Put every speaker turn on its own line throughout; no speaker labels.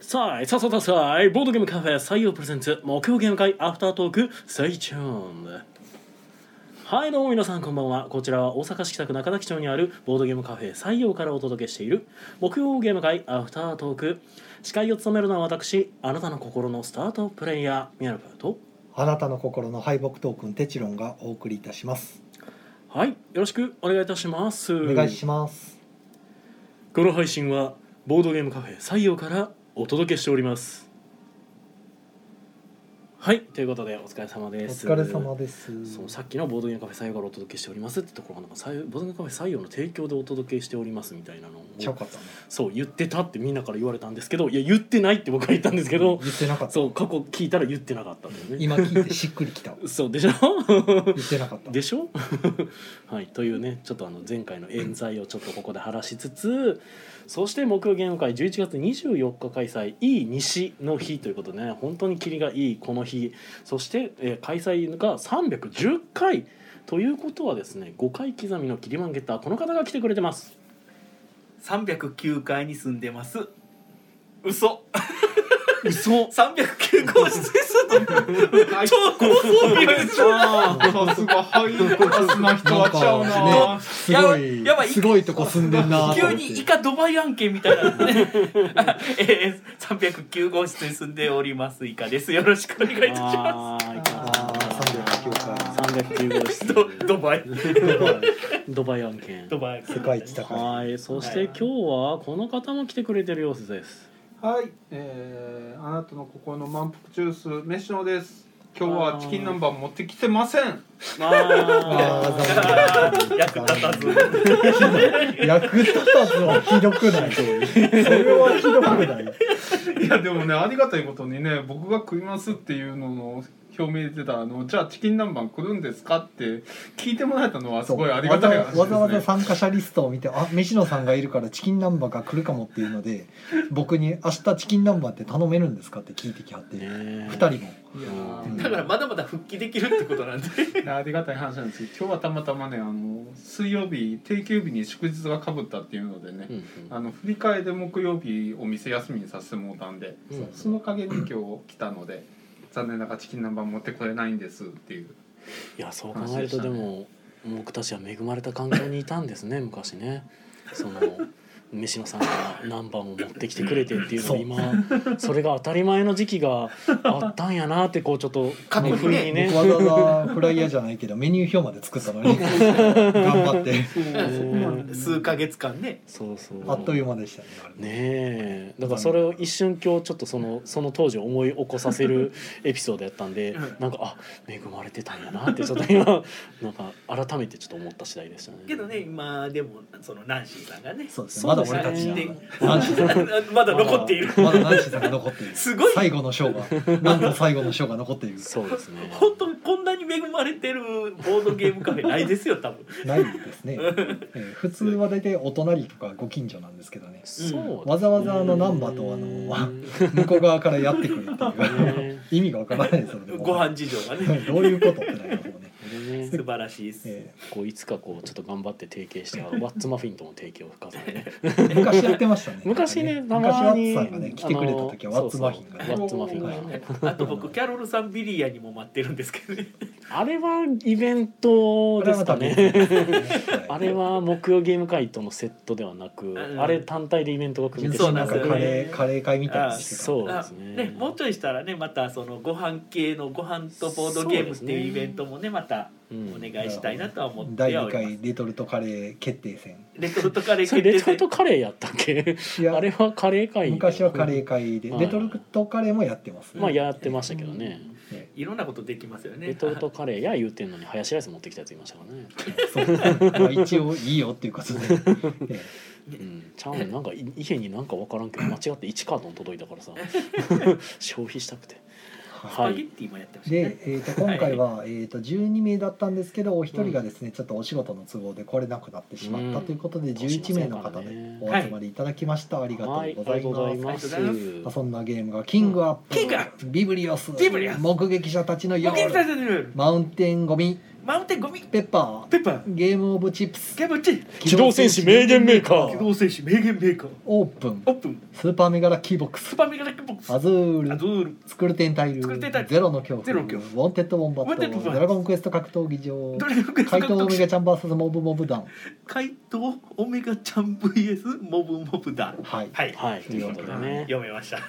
さあいさあさあさあボードゲームカフェ採用プレゼンツ目標ゲーム会アフタートーク Stay tuned はいどうも皆さんこんばんはこちらは大阪市北区中崎町にあるボードゲームカフェ採用からお届けしている目標ゲーム会アフタートーク司会を務めるのは私あなたの心のスタートプレイヤー宮野君と
あなたの心の敗北トークンテチロンがお送りいたします。
はいよろしくお願いいたします
お願いします。
この配信はボードゲームカフェ採用からお届けしておりますはいということでお疲れ様
お
です
疲れ様です。
そうさっきのボードゲームカフェ採用からお届けしておりますってところがなんか採用ボードゲームカフェ採用の提供でお届けしておりますみたいなのを
ちゃうかったね。
そう言ってたってみんなから言われたんですけどいや言ってないって僕は言ったんですけど
言ってなかった。
そう過去聞いたら言ってなかったんだよね
今聞いてしっくりきた。
そうでしょ
言ってなかった。
でしょ はいというねちょっとあの前回の冤罪をちょっとここで晴らしつつそして木曜ゲーム会11月24日開催いい西の日ということでね本当に霧がいいこの日そして、えー開催が310回ということはですね5回刻みのキリマンゲッターこの方が来てくれてます
309階に住んでます嘘
嘘
309号室に住んでる超高層ビルです
あーさすがハイクラスな人はちゃうな。
ね、すご
ややば
い
い
すごいとこ住んでんなと
急
思って。
にイカドバイ案件みたい なね、えー、309号室に住んでおりますイカですよろしくお願いいたしま
あーい
あ
か
あ
309号
す
室
ドドバイ
309回。
ドバイ案件
ドバイ
世界一高い。
はいそして今日はこの方も来てくれてる様子です
はい、えー、あなたの心の満腹ジュース飯野です。今日はチキン南蛮持ってきてません。
まあ
あ
あ
あ
ー役立たず
役立たずはひどくない。それはひどくない。
いやでもねありがたいことにね僕が食いますっていうのの表明でたあのじゃあチキン南蛮来るんですかって聞いてもらえたのはすごいありがたい話ですね。
わざわざ参加者リストを見てあ飯野さんがいるからチキン南蛮が来るかもっていうので僕に「明日チキン南蛮って頼めるんですか?」って聞いてきはって、
ね
二
え
2人も
いや
うん
ー
だからまだまだ復帰できるってことなんで
いやありがたい話なんですけど今日はたまたまねあの水曜日定休日に祝日がかぶったっていうのでね、
うんうん
あの振り替えで木曜日お店休みにさせてもらったんで、
うん
その陰に今日来たので残念ながらチキン南蛮持ってこれないんですっていう
いやそう考えるとで
話で
も僕たちは恵まれた環境にいたんですね昔ねその飯野さんが南蛮を持ってきてくれてっていうの
そ
を
う
今それが当たり前の時期があったんやなってこうちょっと
過去にね
風にね
僕わざわざフライヤーじゃないけどメニュー表まで作ったのに頑張って
うん
数ヶ月間ね
そうそう
あっという間でしたねあれ
ねえだからそれを一瞬今日ちょっとそのその当時を思い起こさせ るエピソードやったんで
うん
なんかあ恵まれてたんやなってちょっと今なんか改めてちょっと思った次第でしたね。
けどね今でもそのナンシーさんがね
そうですね
そう
まだ
ですね
俺たちに
ま
ナンシーさん
だ残っている
まだナンシーさんが残っている
すごい
最後の章がなんと最後の章が残っている
そうです ね
本当こんなに恵まれてるボードゲームカフェないですよ 多分
ないですね、えー普通は大体お隣とかご近所なんですけどね
そう、
わざわざあのナンバーとあの向こう側からやってくるっていう意味がわからないですよね
ご飯事情がね
どういうことってなりますもん
ね
ね、
素晴らしいです、
え
こういつかこうちょっと頑張って提携してあのワッツマフィンとも提携を深めて、ね、
ー昔やってましたね
昔ねた
なん
ま
か
に
ね昔ワッツさんがね来てくれた時はワッツマフィンが
あの
ね
そうそうワッツマフィンが
はい
あと僕キャロルさんビリヤにも待ってるんですけどね
あれはイベントですかねあ
あ
れ
れは
は木曜ゲーム会とのセットではなく、
ん
あれ単体でイベントが
また
組
ね
めて
そう
な
なん
ん
で
か
すよね
カレーカレー会みたいなのしてた
そうで
あ
すね
ねもうちょいしたらねまたそのご飯系のご飯とボードゲームっていうイベントもねまた
うん
お願いしたいなとは思って
第
はお
2
ります、
回レトルトカレー決定戦
レトルトカレー
そ
系
れレト
で
ルトカレーやったっけ
い
あれはカレー会
昔はカレー会で
はい
レトルトカレーもやってます、
まあやってましたけどね、
ね
いろんなことできますよね
レトルトカレーや言うてんのに林ライス持ってきたやついましたからね、
そうまあ一応いいよっていう ことで、え
うん、ちゃうんなんかい家になんか分からんけど間違って1カートン届いた からさ消費したくて
え
スパゲッティもやってましたね、
で、えー、と今回は、えー、と12名だったんですけどお一人がですね、ちょっとお仕事の都合で来れなくなってしまったということで、
ん
11名の方でお集まりいただきました、ありがとう
はいあり
ご
が
ざい
とうござい
ま。
ますす
ありがとう
まあそんなゲームが「キングアップ」
キングアッ
ビブリオス」
ビブリオス
目撃者たちの
お
夜
客」さんによる
「マウンテンゴミ」
マウンテンゴミ
ペッパー
ペッパー
ゲームオブチップス
ゲブチ
機動戦士名言メーカ
機
ー
動戦士名言メーカー
オープン
オープン
スーパーメガラキーボック
ス
ス
ーパーメガラックボックス
ア
ア
ズール
ドゥール
作る天体ル
作る天体
ゼロの恐怖
ゼロの恐
ウォンテッドウォンバ
ウォンテッド
ッ
ウォンバッ
ト
ト
ドラゴンクエスト格闘技場
どれが格
怪盗オ
闘
メ
技
ガちゃん VS モブモブ団
怪盗オメガちゃん VS モブモブだ
はい、
はい、
はいということでね、
読めました
はい、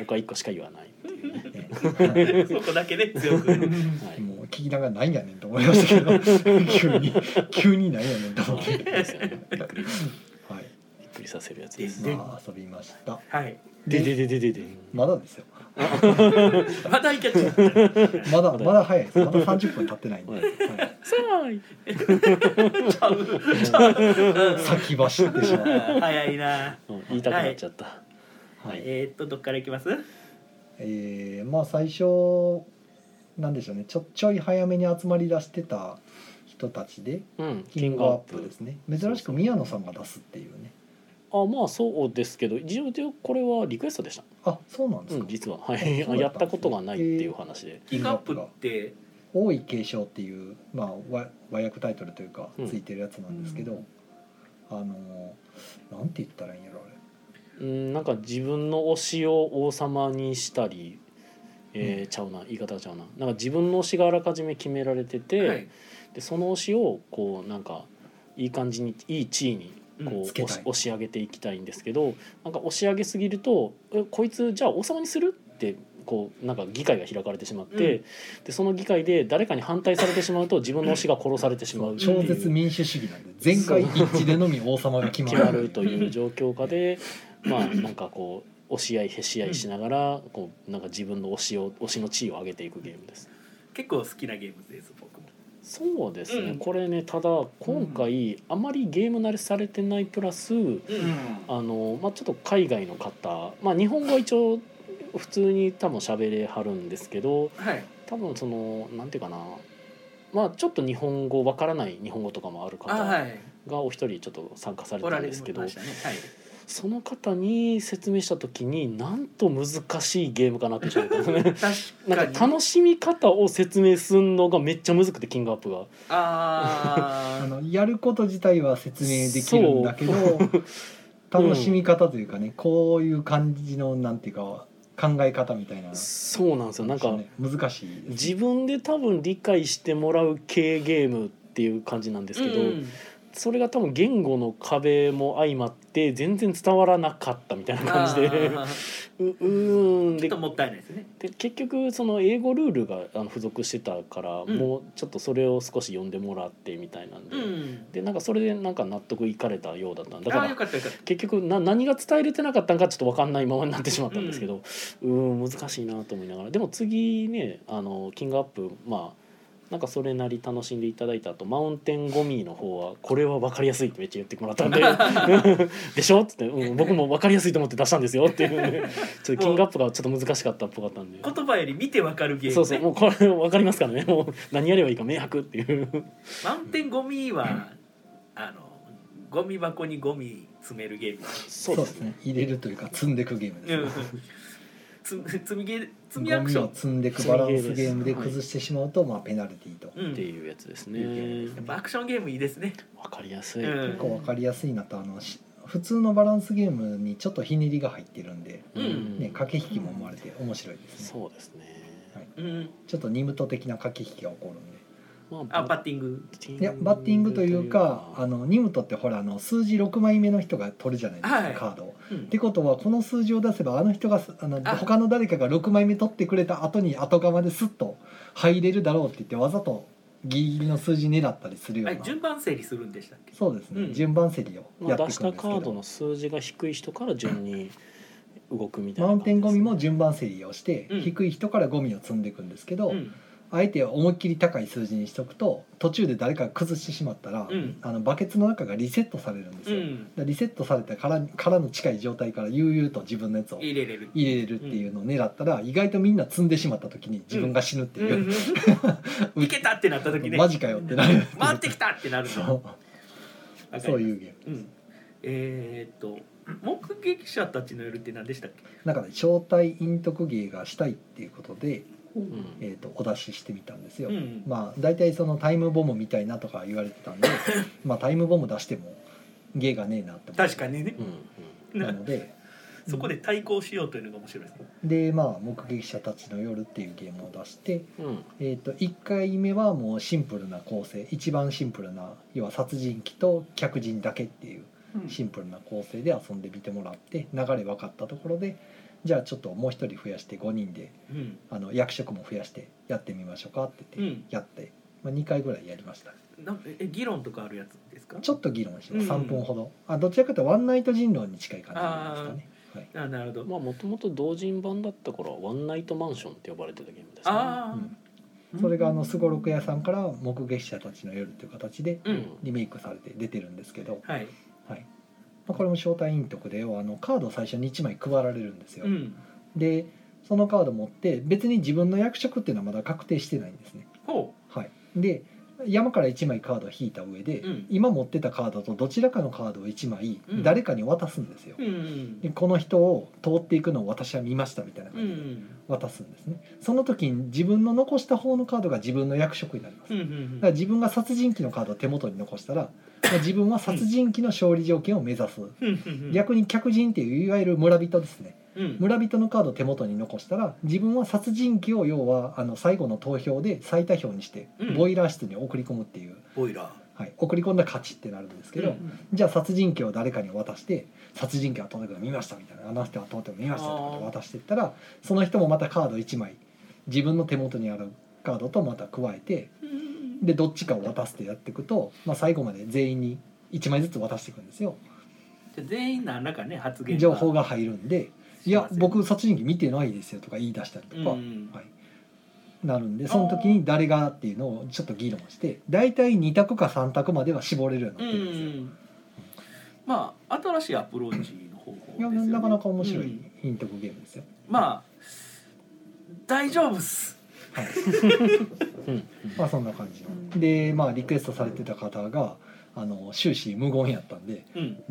僕は一個しか言わないっていうね、
そこだけで強く
はい
もう聞きながらなんやねんと思いましたけど 急に急になんやねんと思っ
はい
て
ですよねびっくり
はい
びっくりさせるやつです
で
まあ遊びました
はい
でででででで
まだですよ
まだいけちゃった
まだまだ早いですまだ30分経ってないんで、
はい
は
さあい
い、先走ってしまう
早いな
うん言いたくなっちゃったはい、
えー、っとどっからいきます
えーまあ最初なんでしょうねちょちょい早めに集まり出してた人たちで
うんキ
キン
ン
グ
グ
ア
ア
ッ
ッ
プ
プ
ですね珍しく宮野さんが出すっていうね
あまあそうですけど一応でこれはリクエストでした
あそうなんで
う
すか、
ん実はは
そうだったんで
い
すね
やったことがないっていう話で
キングアップって
王位継承っていう、まあ、和和訳タイトルというか
うん
ついてるやつなんですけど、
う
あのーなんて言ったらいいんやろあれ
うんなんか自分の推しを王様にしたりえーちゃうな言い方がちゃうななんか自分の推しがあらかじめ決められてて、
はい
でその推しをこうなんかいい感じにいい地位に
うん
こう
つけ
押
たい
し押し上げていきたいんですけどなんか押し上げすぎると「えこいつじゃあ王様にする?」ってこうなんか議会が開かれてしまって、
う
でその議会で誰かに反対されてしまうと自分の推しが殺されてしまうってい
超絶
う
民主主義なんで全会一致でのみ王様が決ま
決
る
まるという状況下で まあなんかこう。押し合いへし合いしながら、こうなんか自分の推しを推しの地位を上げていくゲームです。
結構好きなゲームです僕も
そうですね、
うん
これねただ今回、あまりゲーム慣れされてないプラス
う
うんん
あの、まあ、ちょっと海外の方、まあ、日本語は一応普通に多分喋れはるんですけど
はい
多分そのなんていうかなまあちょっと日本語わからない日本語とかもある
あは
方
い
がお一人ちょっと参加され
お
た
ら
ん
れ
で
て
すけど、
ましたねはい
その方に説明した時になんと難しいゲームかなってちょっと思ったんです ねなん
確か
か
に
楽しみ方を説明すんのがめっちゃむずくてキングアップが。
あ
あ
のやること自体は説明できるんだけど楽しみ方というかね、こういう感じのなんていうか考え方みたいな、
そうなんですよなんか、
ね難しいです
自分で多分理解してもらう系ゲームっていう感じなんです
ー
けど、
うん
それが多分言語の壁も相まって全然伝わらなかったみたいな感じで
あー
ううーん
ちょ
で
っともったいないですね
で結局その英語ルールがあの付属してたから、
うん
もうちょっとそれを少し読んでもらってみたいなんで、
うん
でなんかそれでなんか納得いかれたようだったんだか
ああーよ
ら
かったよかった
結局な何が伝えれてなかったんかちょっと分かんないままになってしまったんですけど、うーん難しいなと思いながらでも次ねあのキングアップまあなんかそれなり楽しんでいただいた後マウンテンゴミの方はこれは分かりやすいってめっちゃ言ってもらったんで「でしょ?」っつって、うん「僕も分かりやすいと思って出したんですよ」っていうねちょっとキングアップがちょっと難しかったっぽかったんで。
言葉より見てわかるゲーム、ね、
そうそうもうこれ分かりますからねもう何やればいいか明白っていう
マウンテンゴミはあのゴミ箱にゴミ詰めるゲーム
そう
そう
で
ですす
ね
ね入れるというか積んでいくゲームです、 ね
積み積みゲー積み
ゴ
アク
ミ
ショ
を
ン
積んでいくバランスゲームで崩してしまうと、まあ、ペナルティーと、
うん
っていうやつです
いうゲーム
ね
です
やっぱアクションゲームいいですね
分かりやすい、
うん
結構わかりやすいなとあのし普通のバランスゲームにちょっとひねりが入ってるんで、
うん
ね、駆け引きも生まれて面白いですね
そうですね。
うん
ちょっとニムト的な駆け引きが起こるんで
ま
あバッ
ッ
ティング
ティ
いやバッティングというかあのニムトってほらあの数字6枚目の人が取るじゃないですか、
はい
カードを。
うん
ってことはこの数字を出せばあの人がすあの
あ
他の誰かが6枚目取ってくれた後に後釜ですっと入れるだろうって言ってわざとギリギリの数字狙ったりするよ
あ
う
れ
な
順番整理するんでしたっけ
そうですね、
うん
順番競りを
ま
や
あ、
っ
出し
ていくんですけど、
たカードの数字が低い人から順に動くみたい
マ
な
ウ
感じ
ン
ですね、
テンゴミも順番競りをして、
うん
低い人からゴミを積んでいくんですけど、
うん
あえて思いっきり高い数字にしとくと途中で誰かが崩してしまったら、
うん
あのバケツの中がリセットされるんです
う
よ、
ん
リセットされたからからの近い状態から悠々と自分のやつを
入れれる
入れるっていうのを狙ったら、意外とみんな積んでしまった時に自分が死ぬって
うん
いうう、
んうんいけたってなった時ね
マジかよってなる
回ってきたってな る
そ
の
うそう
う
いうゲーム
うんえーっと目撃者たちの夜って何でしたっけ
なんかね招待陰徳芸がしたいっていうことで
うん
えー、とお出ししてみたんですよ。
うん
まあ大体そのタイムボムみたいなとか言われてた んでまあタイムボム出しても芸がねえなって思って
確かにね
うん
なので
そこで対抗しようというのが面白いです
でまあ「目撃者たちの夜」っていうゲームを出して、
うんうん
えー、と1回目はもうシンプルな構成一番シンプルな要は殺人鬼と客人だけっていうシンプルな構成で遊んでみてもらって流れ分かったところでじゃあちょっともう1人増やして5人で
うん
あの役職も増やしてやってみましょうかって
う
言って
ん
やって、まあ、2回ぐらいやりました。
なんえ議論とかあるやつですか
ちょっと議論しま
うん
す。3分ほど。あ、どちらかというとワンナイト人狼に近い感じになりますかね。はい。
あなるほど
まあもともと同人版だったからワンナイトマンションって呼ばれてたゲームですね
あ
うんそれがあのすごろく屋さんから目撃者たちの夜という形で
あうん、
リメイクされて出てるんですけど、
はい
はい。まあ、これも招待員徳であのカードを最初に1枚配られるんですよ。
うん
で、そのカード持って別に自分の役職っていうのはまだ確定してないんですね。
ほ
はい。で。山から1枚カードを引いた上で、
うん
今持ってたカードとどちらかのカードを1枚
うん
誰かに渡すんですよ、
ううん
でこの人を通っていくのを私は見ましたみたいな
う
感じで
ん
渡すんですね、その時に自分の残した方のカードが自分の役職になります、
うんう
だ
ん
から自分が殺人鬼のカードを手元に残したらまあ自分は殺人鬼の勝利条件を目指す、
うん
逆に客人っていういわゆる村人ですね
うん
村人のカードを手元に残したら自分は殺人鬼を要はあの最後の投票で最多票にして
うん
ボイラー室に送り込むっていう、
ボイラー
はい、送り込んだら勝ちってなるんですけど、じゃあ殺人鬼を誰かに渡して殺人鬼は通っても見ましたみたいなあの人は通っても見ましたとかって渡していったらその人もまたカード1枚自分の手元にあるカードとまた加えて
うん
でどっちかを渡すってやっていくと、まあ、最後まで全員に1枚ずつ渡していくんですよ
じゃあ全員何らかね発言
情報が入るんで「いや僕殺人鬼見てないですよ」とか言い出したりと
うん
か、はい、なるんでその時に誰がっていうのをちょっと議論して大体2択か3択までは絞れるように
う
なってるんですよ。
んまあ新しいアプローチの方法です
いや
よね
なかなか面白
う
い
ん
ヒントクゲームですよ。
まあ大丈夫っす
はい、
うんうん
まあそんな感じ
う
の。
ん
でまあリクエストされてた方があの終始無言やったんで、
うん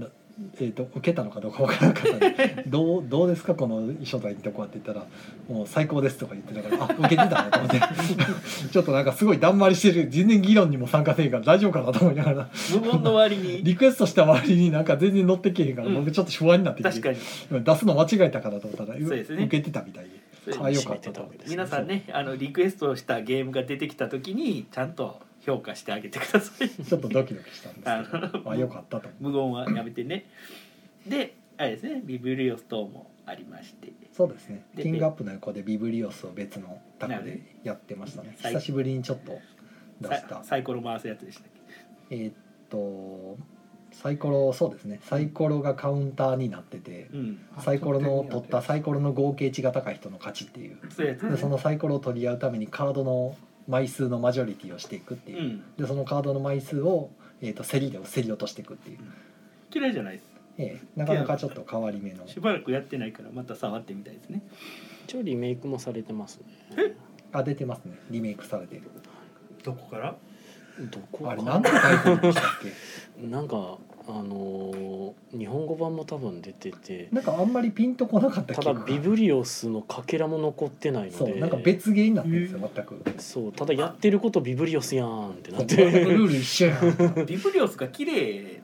えー、と受けたのかどうかわからなかったん で「どうどうですかこの初代にとこは」って言ったら「もう最高です」とか言ってたから「あ受けてたね」と思って ちょっとなんかすごいだんまりしてる全然議論にも参加せえへんから大丈夫かなと思いながら
無言の割に
リクエストした割になんか全然乗ってけえへんから、
うん
僕ちょっと不安になってき
確
て
かに
出すの間違えたかなと思ったら、
そうですね
受けてたみたいで。
そう
あ
楽
よ
し
か
め
ってた
た
と
わけですね
皆さんねあのリクエストしたゲームが出てきた時にちゃんと評価してあげてください
ちょっとドキドキしたんですけ
あ
ど、まあ良かったと思う。
無言はやめてねであれですねビブリオス等もありまして
そうですね。
で
キングアップの横でビブリオスを別のタコでやってましたね。
はい
久しぶりにちょっと出し
サ
た
イ。サイコロ回すやつでしたっけ
えーっとサイコロそうですね。サイコロがカウンターになってて、
うん
サイコロの取ったサイコロの合計値が高い人の勝ちっていう。
そういうやつ、
でそのサイコロを取り合うためにカードの枚数のマジョリティをしていくって
う
いう。
ん
でそのカードの枚数をえーっと競りで競り落としていくっていう。
嫌いじゃないです
ええなかなかちょっと変わり目の。
しばらくやってないからまた触ってみたいですね
一応リメイクもされてますね
あ出てますね。リメイクされてる。
どこから
どこか
あれなんてタイトルでしたっけ？
なんかあのー日本語版も多分出てて
なんかあんまりピンとこなかった
た
気
だ
が
ビブリオスのかけらも残ってないの
そう
で
なんか別ゲーになってるんですよ全く
そうただやってることビブリオスやんってなっ
全くル
て
ール一緒やん
ビブリオスが綺麗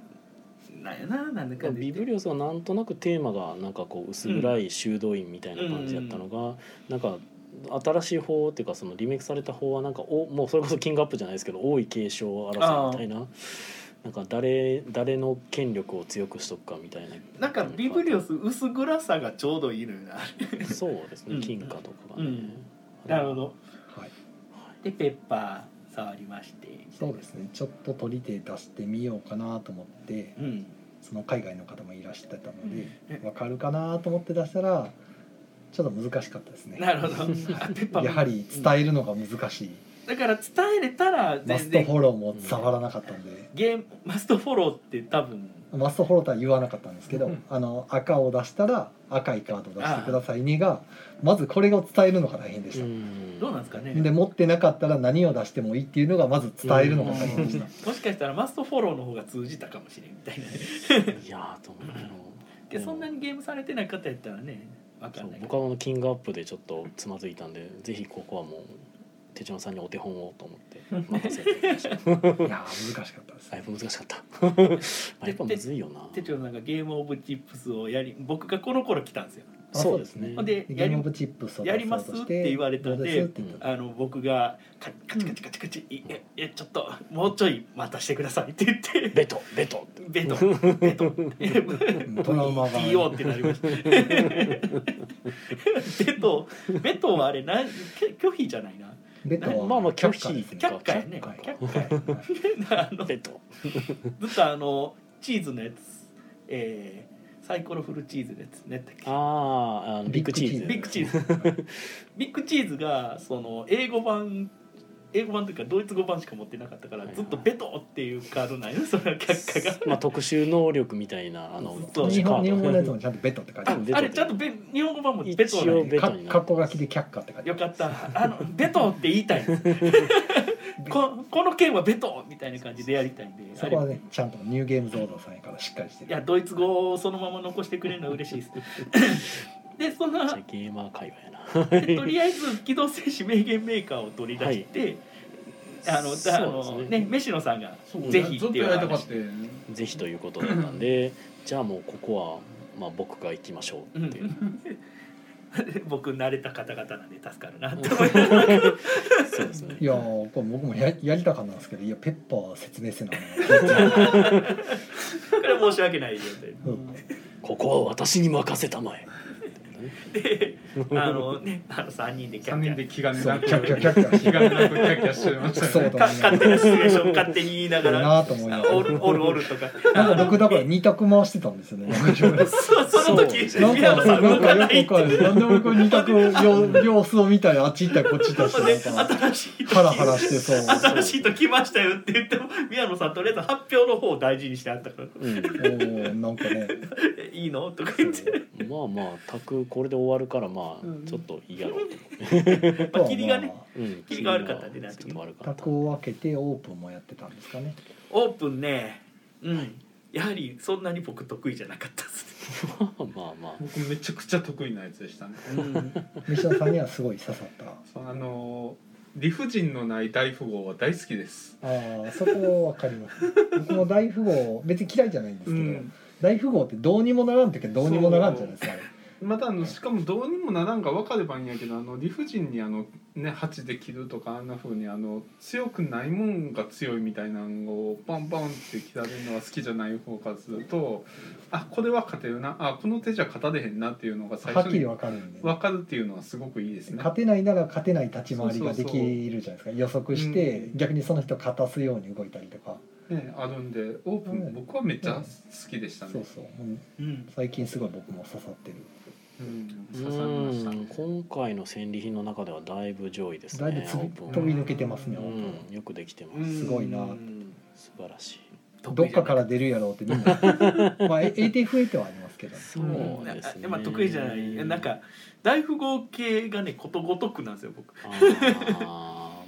なんやななんだかん だ
ビ
言って
ブリオスはなんとなくテーマがなんかこう薄暗い修道院みたいな感じやったのが、なんか新しい方っていうかそのリメイクされた方はなんかおもうそれこそキングアップじゃないですけど王位継承争いみたいななんか誰誰の権力を強くしとくかみたいな
なんかビブリオス薄暗さがちょうどいいのよな
そうですね、
うん
金貨とかがね、
うんなるほど
はい
でペッパー触りまして
そうですねちょっと取り手出してみようかなと思って
うん
その海外の方もいらっしゃってたので
うん
わかるかなと思って出したらちょっと難しかったですね
なるほどあペッパーも
やはり伝えるのが難しい
だから伝えれたら
マスト
全然
フォローも触らなかったんで
ゲームマストフォローって多分
マストフォローとは言わなかったんですけど、
うん
あの赤を出したら赤いカードを出してくださいねがまずこれを伝えるのが大変でし
う
た、
ん
どうなんですかね
で持ってなかったら何を出してもいいっていうのがまず伝えるのが大変でした、
もしかしたらマストフォローの方が通じたかもしれんみたいなね
いやーどうなの
でそんなにゲームされてない方やったらねわけ
そ
わか
う
んないけ
僕
ど
はあのキングアップでちょっとつまずいたんでぜひここはもう手嶋さんにお手本をと思って任せていただ きました
いやー難しかったです
だい
ね
ぶ難しかったまあやっぱむずいよな
テチョさんがゲームオブチップスをやり僕がこの頃来たんですよ
あ
そうですね
ほんで
ゲ
や
ーム
り
オブチップスを
やりますって言われたんで
どうですって言った
あの僕がカチカチカチカチカチ、いええちょっともうちょい待たしてください って言って
ベトベト
ベトベト
トラウマが
TO ってなりました ベトベトはあれなん拒否じゃないな
ベッドは
まあまあ拒
却下
否
ですね
却下やね
却下か
却下や あの
ベト
ずっとあのチーズのやつ、えーサイコロフルチーズのやつね
あーあのビッグチーズ
ビッグチーズビッグチーズがその英語版英語版というかドイツ語版しか持ってなかったからずっと「ベト」っていうカードなんよ その却下が。
まあ特殊能力みたいなあの
そう
日本
カード
日本語のやつもちゃんとベッドって書いて
う
ある
んベト
あれちゃんとベ日本語版も「ベト
一
な
応
ん
ベ
で」
ッド
か
になる
括弧書きで却下って書いてあ
よ
る
かったあの「ベト」って言いたい んですここの件は「ベト」みたいな感じでやりたいんで
そこ
あれ
はねちゃんとニューゲームゾードさんやからしっかりして
い
る
やドイツ語をそのまま残してくれるのは嬉 しいですでそんな
じゃあゲーマー界隈やな
でとりあえず機動戦士名言メーカーを取り出して、あのだあ
そ
の
うですね
ね飯野さんが
そう
ぜひ
ず
っ
ってと
いう
やりたかっ
話
たよね
ぜひということだったんでじゃあもうここはまあ僕が行きましょ
う
うっていう、
ん僕慣れた方々なんで助かるなって思いながら
そうですね
いやーこれ僕もややりたかったんですけどいやペッパーは説明せなあかんな
だから申し訳ない状態
うん
ここは私に任せたまえ
であのねあの3人でキャ
3
ッキャッ
人で気兼ね
そう
なく
キャッキャキャッキャ
気
して
兼ねなくキャッキャしちゃいました
そう
ね
と
か
思いなが
勝手
ら
なシチュエーション勝手に 言いなが
いいな
ら
あと思いなが
あ
ら
おるおるおると か
なんか僕だから二択回してたんです よね。なんかなんか
そうその時
なん
宮野さん動かな
か
い
よ
っ
くわか
て
んない。なんで僕二択様様子を見たりあっち行ったりこっち行ったりしてなんか
新しい時
ハラハラしてそう。
新しいと来ましたよって言っても宮野さんとりあえず発表の方を大事にしてあったから
うん
おーなんかね。
「えいいの?」とか言って
まあまあタクこれで終わるからま
うん
あちょっといいやろうと、
あ
まあ霧がね
うん、
霧が悪かったね
霧がちょっと悪か
タ
った
クを分けてオープンもやってたんですかね。
オープンねうんやはりそんなに僕得意じゃなかったです、
まあまあま
僕めちゃくちゃ得意なやつでしたね
西野さんにはすごい刺さった。
そうあの理不尽のない大富豪は大好きです
ああそこわかります。僕も大富豪別に嫌いじゃないんですけど、大富豪ってどうにもならん時はどうにもならんじゃないですか。
またあのしかもどうにもならんが分かればいいんやけどあの理不尽にあの、ね、鉢で切るとかあんなふうにあの強くないもんが強いみたいなのをバンバンって切られるのは好きじゃない方からするとあこれは勝てるなあこの手じゃ勝たれへんなっていうのが最
はっ
初
きり
に
わかるんで。
分かるっていうのはすごくいいですね。
勝てないなら勝てない立ち回りができるじゃないですか予測して、
うん
逆にその人を勝たすように動いたりとか、
ね、あるんでオープン僕はめっちゃ好きでしたね。
そうそうもう
うん、
最近すごい僕も刺さってる
うん、
あ
刺さりました
うん
ね。
今回の戦利品の中ではだいぶ上位です
だいぶ
ね
つび
オープ
飛
ン
び抜けてますね、
う
オープン
んよくできてます
すごいな
うん
素晴らしい
どっかから出るやろうってみんなまあ ATFA はありますけど
そうですね
まあ得意じゃないなんか大富豪系がねことごとくなんですよ僕
あ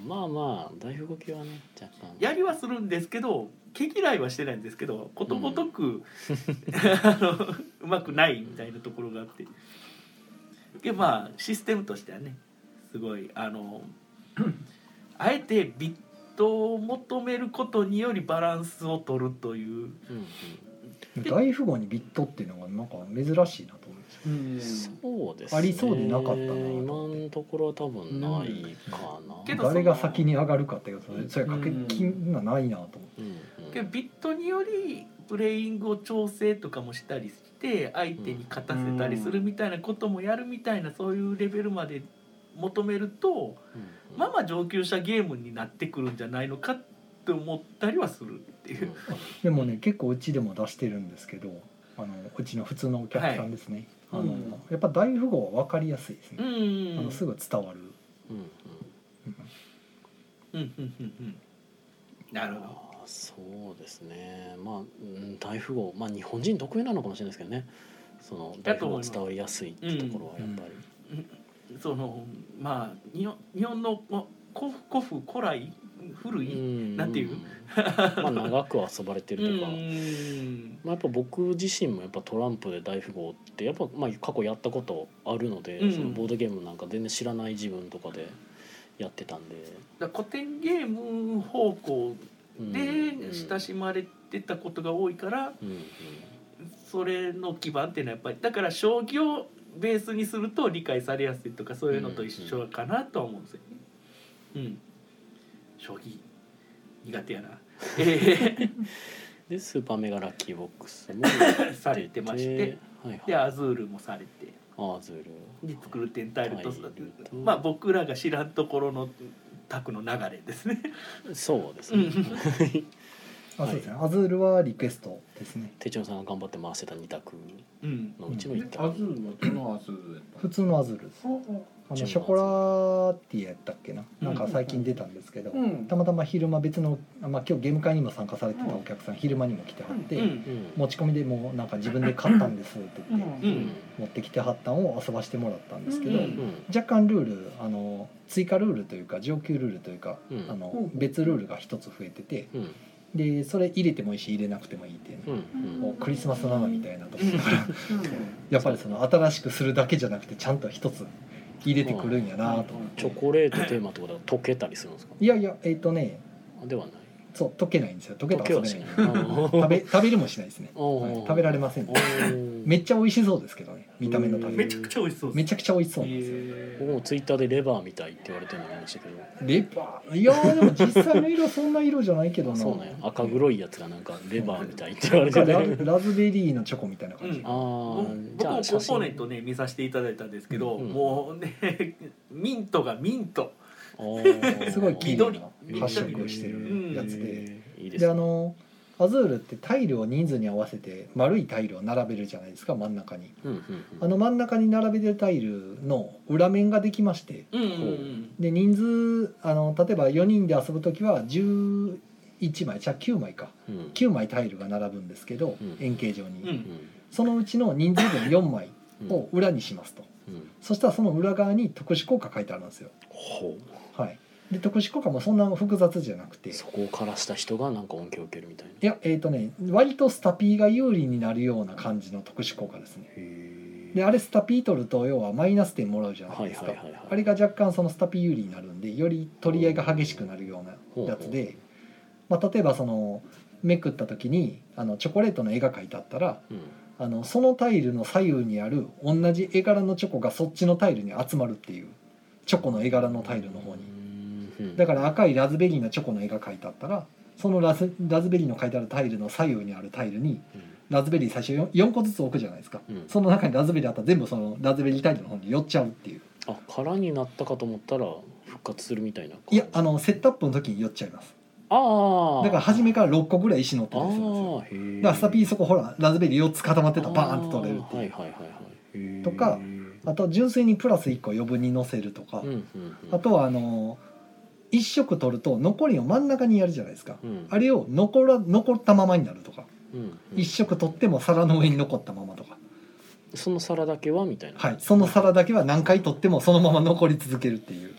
ーまあまあ大富豪系はね若干
やりはするんですけど毛嫌いはしてないんですけどことごとく、 あのうまくないみたいなところがあってでまあシステムとしてはねすごいあのあえてビットを求めることによりバランスを取るという
うんうん
大富豪にビットっていうのがなんか珍しいなと思うんですよ
うん
そうですね
ありそうでなかったな
今のところは多分ないかな、
けどその
誰が先に上がるかっていうとそれかけ
うん
金がないなと思って
うん
けどビットによりプレイングを調整とかもしたりして相手に勝たせたりするみたいなこともやるみたいなそういうレベルまで求めるとまあまあ上級者ゲームになってくるんじゃないのかって思ったりはするっていう。
でもね結構うちでも出してるんですけどあのうちの普通のお客さんですね、
はい
あの
うん
やっぱ大富豪は分かりやすいです
う
ね、
ん
あのすぐ伝わる、
うんうん
うん
うんうんうんうんなるほど。
あーそうですねまあ、うん、大富豪まあ日本人得意なのかもしれないですけどねその大
だと
富
思
豪
います
伝わりやすいってところはやっぱり、
そのまあ日本日本のこ古古風古来古
う
い
ん
なんていう
まあ長く遊ばれて
う
るとか、
ん
まあ、やっぱ僕自身もやっぱトランプで大富豪ってやっぱまあ過去やったことあるので、
うん
そのボードゲームなんか全然知らない自分とかでやってたんで。
だから古典ゲーム方向
うん
で親しまれてたことが多いから
うんうん
それの基盤っていうのはやっぱりだから将棋をベースにすると理解されやすいとかそういうのと一緒かなとは思うんですよね。うん、将棋苦手やな。 え
でスーパーメガラッキーボックスも
ー、 されてまして、
はいはい、
でアズールもされて。
アーズール
で作るテンタイルと育てる
はい
まあ僕らが知らんところの卓の流れですね。
そうですね
うん
はい
あそうですね、アズールはリクエストですね
手帳さんが頑張って回せた2択
うん。
のうちの
え
1
ア
択、
ズールはどのアズールやった
普通のアズールですあの
普通のアズール
ショコラティエやったっけな
うん
なんか最近出たんですけど、
うん
たまたま昼間別の、あまあ、今日ゲーム会にも参加されてたお客さん昼間にも来てはって、
うん
うん
持ち込みでもうなんか自分で買ったんですって言って、
う
うん
ん
持ってきてはったんを遊ばしてもらったんですけど、
うん
うん
若干ルールあの追加ルールというか上級ルールというか、
うん
あの
うん
別ルールが一つ増えてて
うん
でそれ入れてもいいし入れなくてもいいっていうね、
うん
もうクリスマスなのみたいなところから
うん
やっぱりその新しくするだけじゃなくてちゃんと一つ入れてくるんやなと、
チョコレートテーマってことは溶けたりするんですか
いやいやえっ、とね
あではない
そう溶けないんですよ溶け
溶
た
け
ら
は
遊
し
べない
ない
食べ食べるもしないですね、
おー
はい食べられませんね
め
めっちゃ美味しそうですけどね見た目の食
うん
め
べ
ちゃくちゃ美味しそう
め
です。
ちゃくちゃ美味しそうなんですよ、
え
僕もツイッターでレバーみたいって言われてるの見ましたけど
レバーいやーでも実際の色そんな色じゃないけど な
そうね赤黒いやつがなんかレバーみたいって言われて
ラ
てあ
ズラズベリーのチョコみたいな感じ、
うん
あー
僕
じゃ
も
あ
コ
写
ンポ
真
ーネントね見させていただいたんですけど、
うん
もうね ミントがミント、
あー
すごい黄色な
緑
発色をしてるやつで、
いいです
で
ね
あのアズールってタイルを人数に合わせて丸いタイルを並べるじゃないですか真ん中に
うんうんう
あ
ん
の真ん中に並べてるタイルの裏面ができまして
うんうん
で人数あの例えば4人で遊ぶ時は11枚じゃあ9枚か
うん
9枚タイルが並ぶんですけど、
うん
円形状に、
うん
そのうちの人数分4枚
うん
を裏にしますと、
うん
そしたらその裏側に特殊効果書いてあるんですよ、
ほ
はい、で特殊効果もそんな複雑じゃなくて
うそこを枯らした人がなんか恩恵を受けるみたいない
やえっ、とね割とスタピーが有利になるような感じの特殊効果ですね
へ
であれスタピー取ると要はマイナス点もらうじゃない
はい
です
は
か、
いはいはい
あれが若干そのスタピー有利になるんでより取り合いが激しくなるようなやつで、まあ、例えばそのめくった時にあのチョコレートの絵が描いてあったら
うん
あのそのタイルの左右にある同じ絵柄のチョコがそっちのタイルに集まるっていうチョコの絵柄のタイルの方に
うん
だから赤いラズベリーのチョコの絵が描いてあったらそのラズラズベリーの描いてあるタイルの左右にあるタイルにラズベリー最初 4, 個ずつ置くじゃないですか、
うん
その中にラズベリーあったら全部そのラズベリータイルの方に寄っちゃうっていう
あ空になったかと思ったら復活するみたいない
やあのセットアップの時に寄っちゃいます
ああ
だから初め
か
から6個ぐらい石乗って
ら
たりするんですよ
ああへえ
だからスタピーそこほらラズベリー4つ固まってたらバーンって取れるっていう
あーはいはいはいはいへえ
とかあと純粋にプラス1個余分に乗せるとか、
うんうんうん
あとはあの1色取ると残りを真ん中にやるじゃないですか、
うん
あれを残ら残ったままになるとか、
うんうん
一色取っても皿の上に残ったままとか、
その皿だけはみたいな
はい、その皿だけは何回取ってもそのまま残り続けるっていう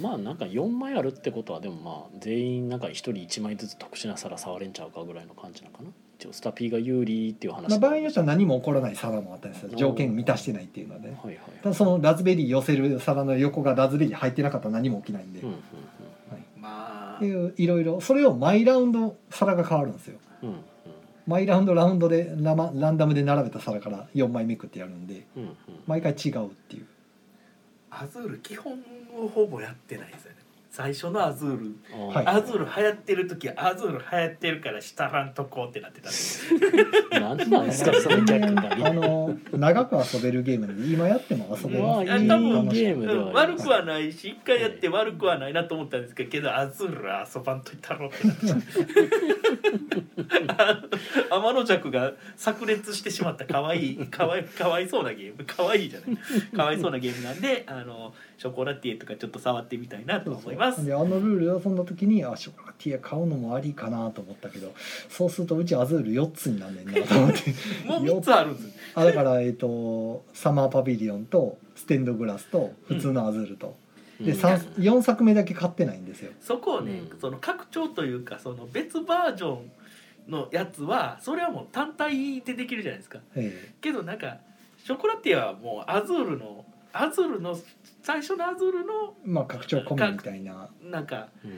まあなんか4枚あるってことはでもまあ全員なんか1人1枚ずつ特殊な皿触れんちゃうかぐらいの感じなのかな一応スタピーが有利っていう話
まあ場合によっては何も起こらない皿もあったりする条件満たしてないっていうので、ね、
はいはい
ただそのラズベリー寄せる皿の横がラズベリー入ってなかったら何も起きないんで、
うん
っ
まあ
ていういろいろそれを毎ラウンド皿が変わるんですよ
うんうんうん
毎ラウンドラウンドでラマランダムで並べた皿から4枚めくってやるんで
うんうん
毎回違うっていう
アズール基本をほぼやってないですよね。最初のアズール、
うん
はい
アズール流行ってる時アズール流行ってるから下らんとこうってなってたんです
何なんですかその逆
あ
が
の長く遊べるゲームなんで今やっても遊べ
まあ
ま
い
す
いゲ
や多分
ーム
う
ではあ
ん、
り
悪
ます
くはないし一回やって悪くはないなと思ったんですけどけどアズールは遊ばんといたろうってなっ てたあの天の弱が炸裂してしまったかわいいかわいかわいそうなゲームかわいいじゃないかわいそうなゲームなんであのショコラティエとかちょっと触ってみたいなと
そうそ
思
う
います。
であのルール遊んだ時にあショコラティエ買うのもありかなと思ったけどそうするとうちアズール4つになんねんなと思って
もう3つあるんです
あだからえっ、とサマーパビリオンとステンドグラスと普通のアズールと、で
うん
三4作目だけ買ってないんですよ
そこをね、
うん
その拡張というかその別バージョンのやつはそれはもう単体でできるじゃないですか
え
けどなんかショコラティアはもうアズールのアズールの最初のアズールの
えまあ拡張コメみたいな
なんか
うんうん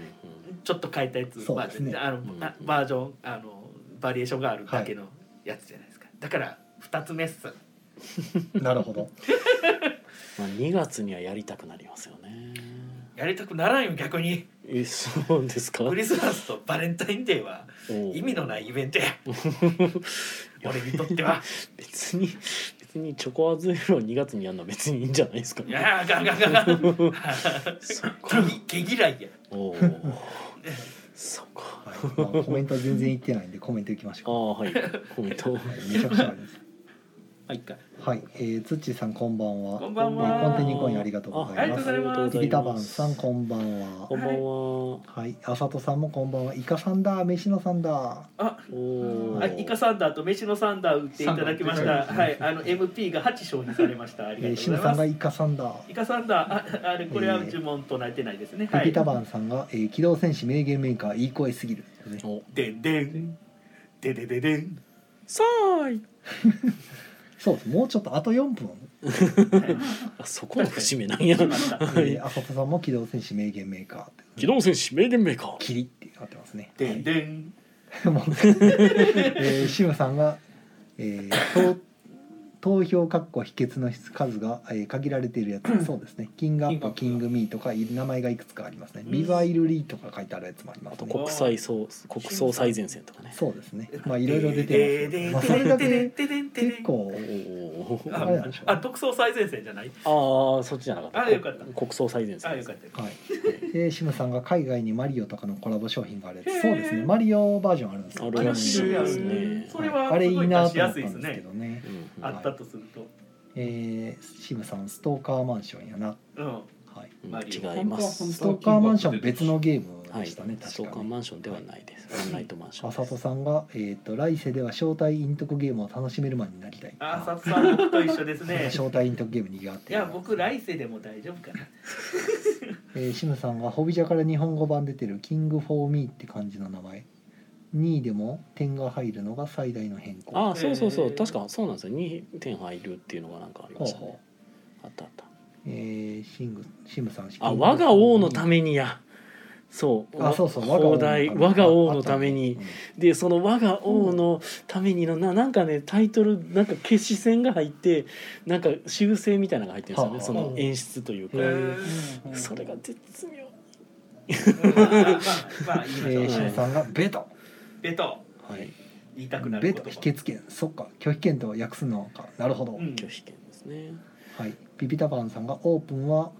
ちょっと変えたやつ、
そうですね
まあ、あの
うん
あバージョンあのバリエーションがあるだけのやつじゃないですか、だから2つ目っす
なるほど
まあ、2月にはやりたくなりますよね
やりたくならんよ逆に
えそうですか
クリスマスとバレンタインデーは
おう
意味のないイベン トや俺にとっては
別に別にチョコアズールを2月にやるのは別にいいんじゃないですか
いやあかんあかんあかん
そっか
毛毛嫌いや
おーそっか
はいまあコメント全然いってないんでコメントいきまし
あ
ょ
あはいコメント
うはいめちゃくちゃあります
はいか
はい、えー、つっちーさんこんばんは
こんばんは
えーコンティニーコインありがとうござ
あ
い
り
ま
がとう
す
ございます
ビタバンさんこんばんは
こんばんはお
はい、あさとさんもこんばんは。イカさんだ、飯野さんだ。
あ
ー
あイカサンダーと飯のサンダー売っていただきました。
サンダー
はい、あの MP が8消費されました。あり
え
がと
ー、
う
しの
ござ
さ
い
んがイカ
ます。
さんだ。
イカサンダー、あ、あれこれは
えー
呪文となってないですね。は
ピ
い
ピ。タバンさんが、えー機動戦士名言メーカーいい声すぎる。ね
お
でんでん。ででででん。
さーい
そうです。もうちょっとあと4分。
あそこの節目 なんや
しました
え
はい
ー、あさとさんも機動戦士名言メーカーって。
機動戦士名言メーカー
キリってなってますね。
でんでん。
はいもうえー、しのさんが、えー、と投票かっこ秘訣の数が、えー限られているやつ。そうですね。キングアップ、キングミーとかい名前がいくつかありますね。ビバイルリーとか書いてあるやつもありま
あ
す
と
ね。
国際総国葬最前線とかね
そうですね。まあいろいろ出てますけど、まあそ
で
れ
ん
だ
で
け
んでんでんでんでん
結構
おー
あれなんでしょう
あ、特捜最前線じゃない。
ああそっちじゃなかった
あよかった
国葬最前線
あ、よかった。
はい。でシムさんが海外にマリオとかのコラボ商品があるや
へ
つ。
ー
そうですね。マリオバージョンあるんですよ。
あ
は
るらしいですね
それはい
あれいいなと思った
すごい出しやすいです
んですけ
ね
どね。
うんうん
あったとすると。
えー、シムさんストーカーマンションやな。
うん。
はい。
マリ
違います
ストーカーマンション別のゲーム
は
で
い、
したね。
ストーカ
確か
ー
に。
マンションではないです。ワンナイトマンション
あ
です。
さとさんが、えっ、と、来世では招待イントコゲームを楽しめるマンになりたい。
あ、さつさん僕と一緒ですね。
招待イントコゲーム苦手。
いや、僕来世でも大丈夫かな。
えー、シムさんがホビジャから日本語版出てる「キング・フォー・ミー」って感じの名前2位でも点が入るのが最大の変更
ああ、そうそうそ
へ
う、
ー
確かそうなんですよ。二点入るっていうのがなんかありま
ほう
したね。
ほ
あったあった。
うえー、シングシムさん
あ、我が王のた
に
めにや。そう。
あそうそう
放題我が王のため
あ
に
あっ。
で、その我が王のためにのななんかねタイトルなんか消し線が入ってなんか修正みたいなのが入ってるんですよね。
はあ
その演出というか
へ、
うん
それが絶妙。
まあまあまあ言い
たね
まし
う
ょ
ん
う
えー、シムさんが「ベト
ベト
はい。
言いたくな」る
ベ
こ
ト
と
否決権そっか拒否権と訳すのかなるほど、
うん
拒否権ですね。
はいビビタバンさんが「オープンは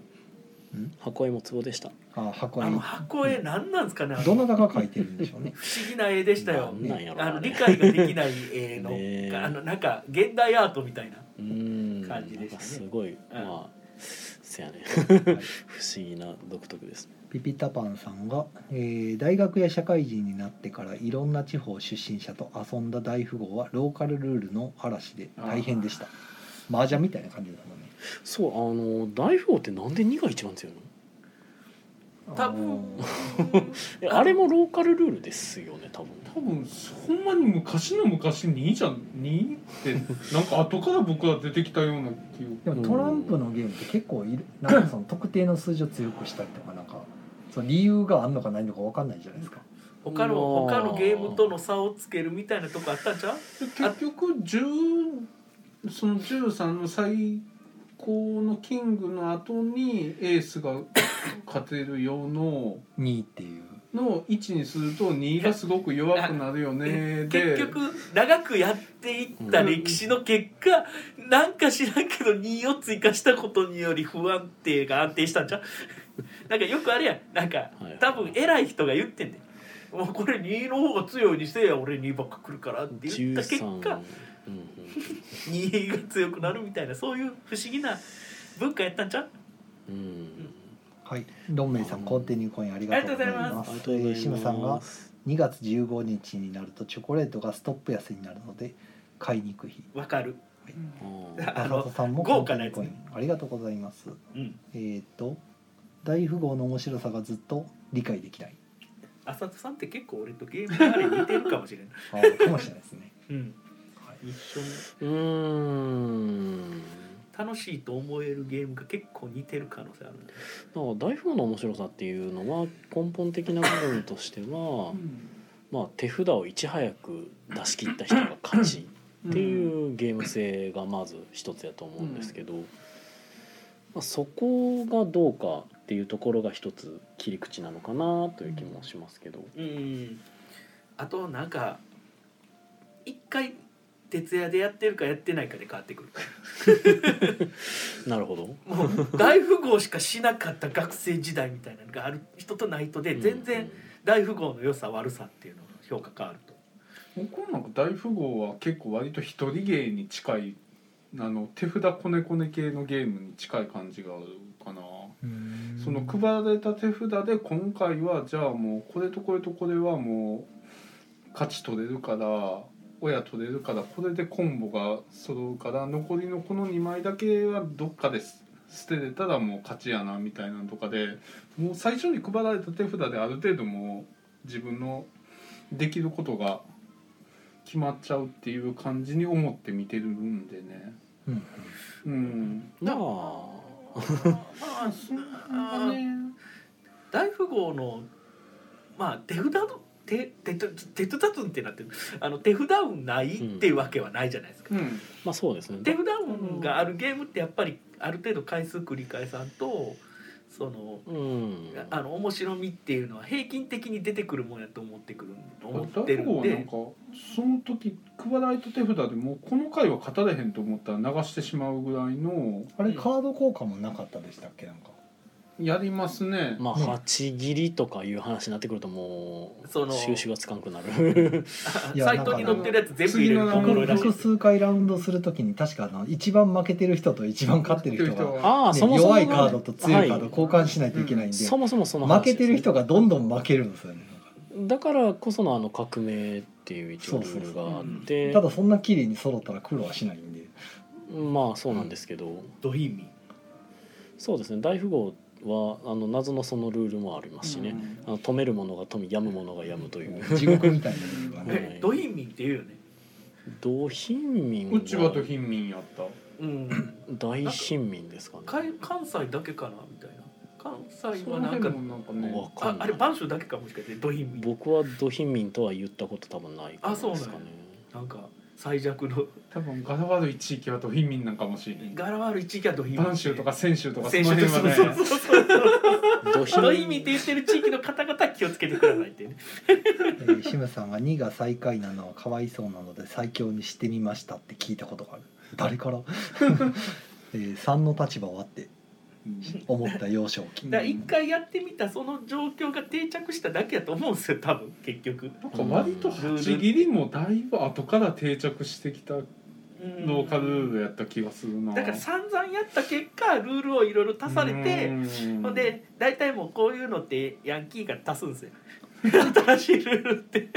箱絵もツボでした。
あ箱
あ
に
の箱絵何なんですかねあの
どなたが書いてるんでしょうね
不思議な絵でしたよ
なんなんやろ
あ
あ
の
れ
理解ができない絵の、
ねえ
あのなんか現代アートみたいな
うーん
感じでしたね
なんかすごい、
うん
まあせやね 不思議な独特です
ピピタパンさんが、えー大学や社会人になってからいろんな地方出身者と遊んだ大富豪はローカルルールの嵐で大変でした麻雀みたいな感じだもんね
そうあの大富豪ってなんで2が一番強いの
多分
あ
えあれもローカルルールですよね多分
多分ほんまに昔の昔にじゃにってなんか後から僕は出てきたような記憶
ーでもトランプのゲームって結構いるなんかその特定の数字を強くしたりとかなんかその理由があるのかないのか分かんないじゃないですか
他
う
の
わ
他
ー
のゲームとの差をつけるみたいなと こあったんちゃう
で結局10その13の最高のキングの後にエースが勝てるようの
2っていう
の位置にすると2がすごく弱くなるよねで
結局長くやっていった歴史の結果、なんか知らんけど2を追加したことにより不安定が安定したんちゃう なんかよくあれやなんか
はい
多分偉い人が言ってんねんもうこれ2の方が強いようにしてや俺2ばっか来るからって言った結
13
果
うんうん
2が強くなるみたいなそういう不思議な文化やったんちゃう
うん、
はいロンメイさんコンティニューコインありがとうござ
あ
いま
り
す
が
え
とうござい
ーシムさんが
ます
2月15日になるとチョコレートがストップ安になるので買いに行く日
わかる
あー
あ
浅田
の
さんも
豪華なやつ
コンティニーコインありがとうございます
うん
えーっと大富豪の面白さがずっと理解できない
浅田さんって結構俺とゲーム周り似てるかもしれない、
あーかもしれないですね
うん、一緒に
うーん
楽しいと思えるゲームが結構似てる可能性あるん
だ
で
から大富豪の面白さっていうのは根本的な部分としては、まあ、手札をいち早く出し切った人が勝ちっていうゲーム性がまず一つやと思うんですけど、まあ、そこがどうかっていうところが一つ切り口なのかなという気もしますけど。
うんあとなんか一回徹夜でやってるかやってないかで変わってくる
なるほど
も う大富豪しかしなかった学生時代みたいなのがある人とない人で全
うんう
然
ん
大富豪の良さ悪さっていうのの評価変わると
僕なんか大富豪は結構割と一人芸に近いあの手札コネコネ系のゲームに近い感じがあるかなその配られた手札で今回はじゃあもうこれとこれとこれはもう価値取れるから親取れるからこれでコンボが揃うから残りのこの2枚だけはどっかです捨てれたらもう勝ちやなみたいなのとかでもう最初に配られた手札である程度もう自分のできることが決まっちゃうっていう感じに思って見てるんでね。
うんうん
うん、
まあ
まあそんなね大富豪のまあ手札の手手と手札運ってなってるあの手札運ないっていうわけはないじゃないですか、
うん
まあそうですね
手札運があるゲームってやっぱりある程度回数繰り返さんとその
うん
あの面白みっていうのは平均的に出てくるもんやと思ってくる思っ
大
て
富
る
豪
ん
はなん
で
かその時配られた手札でもうこの回は勝たれへんと思ったら流してしまうぐらいの
あれカード交換もなかったでしたっけなんか
やりますね、
まあ
うん
八切りとかいう話になってくるとも
その
う収集がつかんくなる
いや
サイトに載ってるやつ全部入れる
なんか
ところらしい
複数回ラウンドするときに確かあの一番負けてる人と一番勝ってる人が、ね、
ああそもそも
弱
ね
いカードと強いカード
は
交換しないといけないん
い
で、
そもそもその話
負けてる人がどんどん負けるんですよね
だからこそのあの革命っていう一応ルールがあって
ただそんな綺麗に揃ったら苦労はしないんで
まあそうなんですけど、
ドイミ
そうですね大富豪はあの謎のそのルールもありますしね、あの止めるものが止めやむものがやむという、
地獄みたいなのがね
はい
えドイミって言うよね
同貧民
うちわと
は
貧民やった
うん
大貧民ですかね
かい関西だけかなみたいな関西
そ
は
の
なん
辺
か
もなんかね
わか
あ
んな
あ
い
れ播州だけかもしかしてドイミ
僕はド貧民とは言ったこと多分ないから
あそう
で
なんや
すかね
なんか最弱の
多分柄悪い地域はと貧民なんかもしれない
柄悪い地域はドイミ
播州とか泉州とかそ
先
の
週
辺
と
は
そう
ね
そうそうそう
ド
ド
貧
イミって言ってる地域の方々は気をつけてくださいってね
えーシムさんが2が最下位なのはかわいそうなので最強にしてみましたって聞いたことがある誰から、 えー、3の立場はって思った幼少期
だから一回やってみたその状況が定着しただけやと思うんですよ多分結局
なんか割と八切りもだいぶ後から定着してきた
うん
ローカルルールやった気がするな
だから散々やった結果ルールをいろいろ足されて
うん
ほんで大体もうこういうのってヤンキーが足すんですよ新しいルールって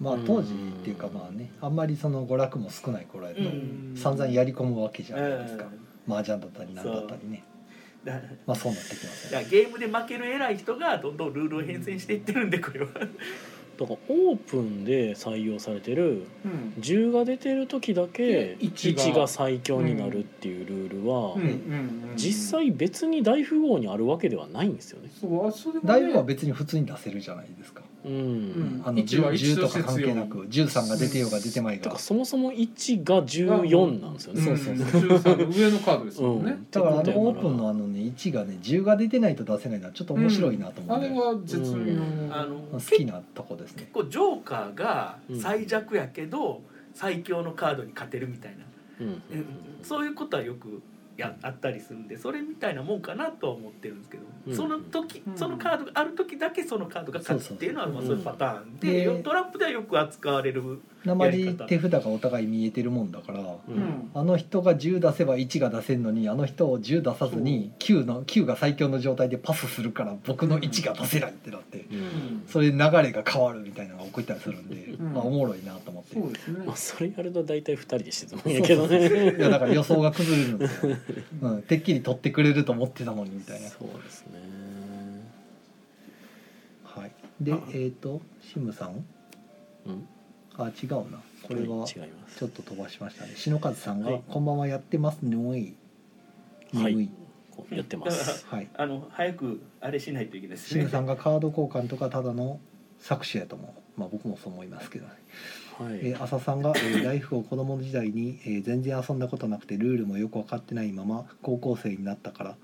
まあ当時っていうかまあねあんまりその娯楽も少ない頃やと
うん
散々やり込むわけじゃないですか
うん
麻雀だったり何だったりね
だ
まあそうなってきま
だ
す
か
よ
ら
ね
ゲームで負ける偉い人がどんどんルールを変遷していってるんでこれは
だからオープンで採用されてる
うん
10が出てる時だけ
で1
1が最強になるっていうルールは、
うんうんうん
実際別に大富豪にあるわけではないんですよね。
そうあそれもね
大悟は別に普通に出せるじゃないですか
うん
うん
あの
一は
10,
一
10
と
とか関係なく13が出てようが出てまい
だか
が
らそもそも1が14なんですよね。
そ
そうう
そ
そうう
そ
そうう13の上のカードですもんね、
うん
だからあ
って
の
ことや
オ
か
ー
ら
プンのあのね1がね10が出てないと出せないのはちょっと面白いなと思
あ
っ
れ
て、
は絶妙、
うん
あ
好
の
きなとこですね
結構ジョーカーが最弱やけど、最強のカードに勝てるみたいな、
うん
うんそういうことはよくやあったりするんでそれみたいなもんかなとは思ってるんですけど、
うん
その時
うん
そのカードがある時だけそのカードが勝つっていうのは
そう
ま
そう
あそういうパターン
うん
で、
で
トラップではよく扱われる
鉛手札がお互い見えてるもんだから
う
うんん
あの人が10出せば1が出せんのにあの人を10出さずに9の9が最強の状態でパスするから僕の1が出せないってなって
うん
それで流れが変わるみたいなのが起こったりするんで、
うん
まあ、おもろいなと思って
そうですね
まあ、それやると大体2人でしてるんやけどね
いやだから予想が崩れるんです よ、うん、てっきり取ってくれると思ってたのにみたい な
そうですね
はいでえっ、とシムさん
うん
あ違うなこれは
違います
ちょっと飛ばしましたね篠和さんが
は
「
い
こんばんはやってますねおい」
は
眠
い
い
こうやって ます
はい
あの早くあれしないといけないです
シム
ね。
さんがカード交換とかただの搾取やと思うまあ僕もそう思いますけどね
はい、
えー浅さんが、えーライフを子供時代に、えー全然遊んだことなくてルールもよく分かってないまま高校生になったから、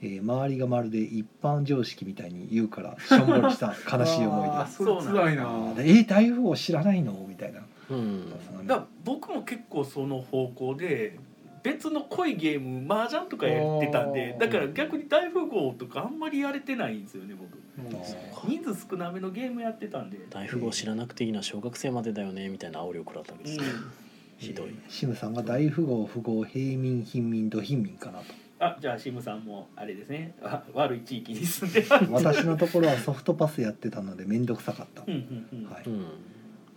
えー周りがまるで一般常識みたいに言うからしょんぼりした悲しい思い
あー
です。
それ辛いな
あーでえー、台風を知らないのみたいな、
うん
だから僕も結構その方向で別の濃いゲーム麻雀とかやってたんで
あー
だから逆に大富豪とかあんまりやれてないんですよね僕
うん
人数少なめのゲームやってたんで、
大富豪知らなくていいのは小学生までだよねみたいな煽りを食らったわけ
う
です、
ん
ひどい
えーシムさんが大富豪富豪平民貧民ド貧民かなと
あじゃあシムさんもあれですねわ悪い地域に住んで
私のところはソフトパスやってたので面倒くさかった、
うんうんうん
はい
うん、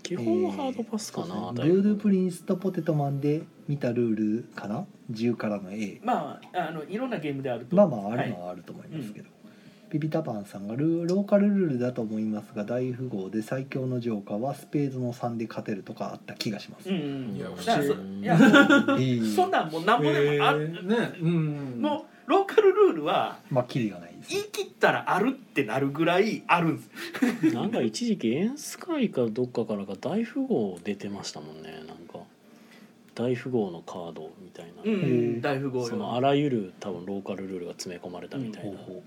基本はハードパスかな、
そうです
大富
ねル
豪
ールプリンスとポテトマンで見たルールかな10からの A
まああのいろんなゲームであると
まあまああ
は
る
い
のはあると思いますけど、ピピタパンさんがルーローカルルールだと思いますが大富豪で最強のジョーカーはスペードの3で勝てるとかあった気がします、
うんうん
いや
だから
不
そ
思議
いやも
え
う
ー
そんなんもうなんぼでもあ、
えーねうん
もうローカルルールは
まあキリがないです
言
ね
い切ったらあるってなるぐらいあるんです
なんか一時期演ス会かどっかからが大富豪出てましたもんねなんか大富豪のカードみたいな、
う
へえ
ん、大富豪
そのあ
よ。
らゆる多分ローカルルールが詰め込まれたみたい
ほう
な、
ほう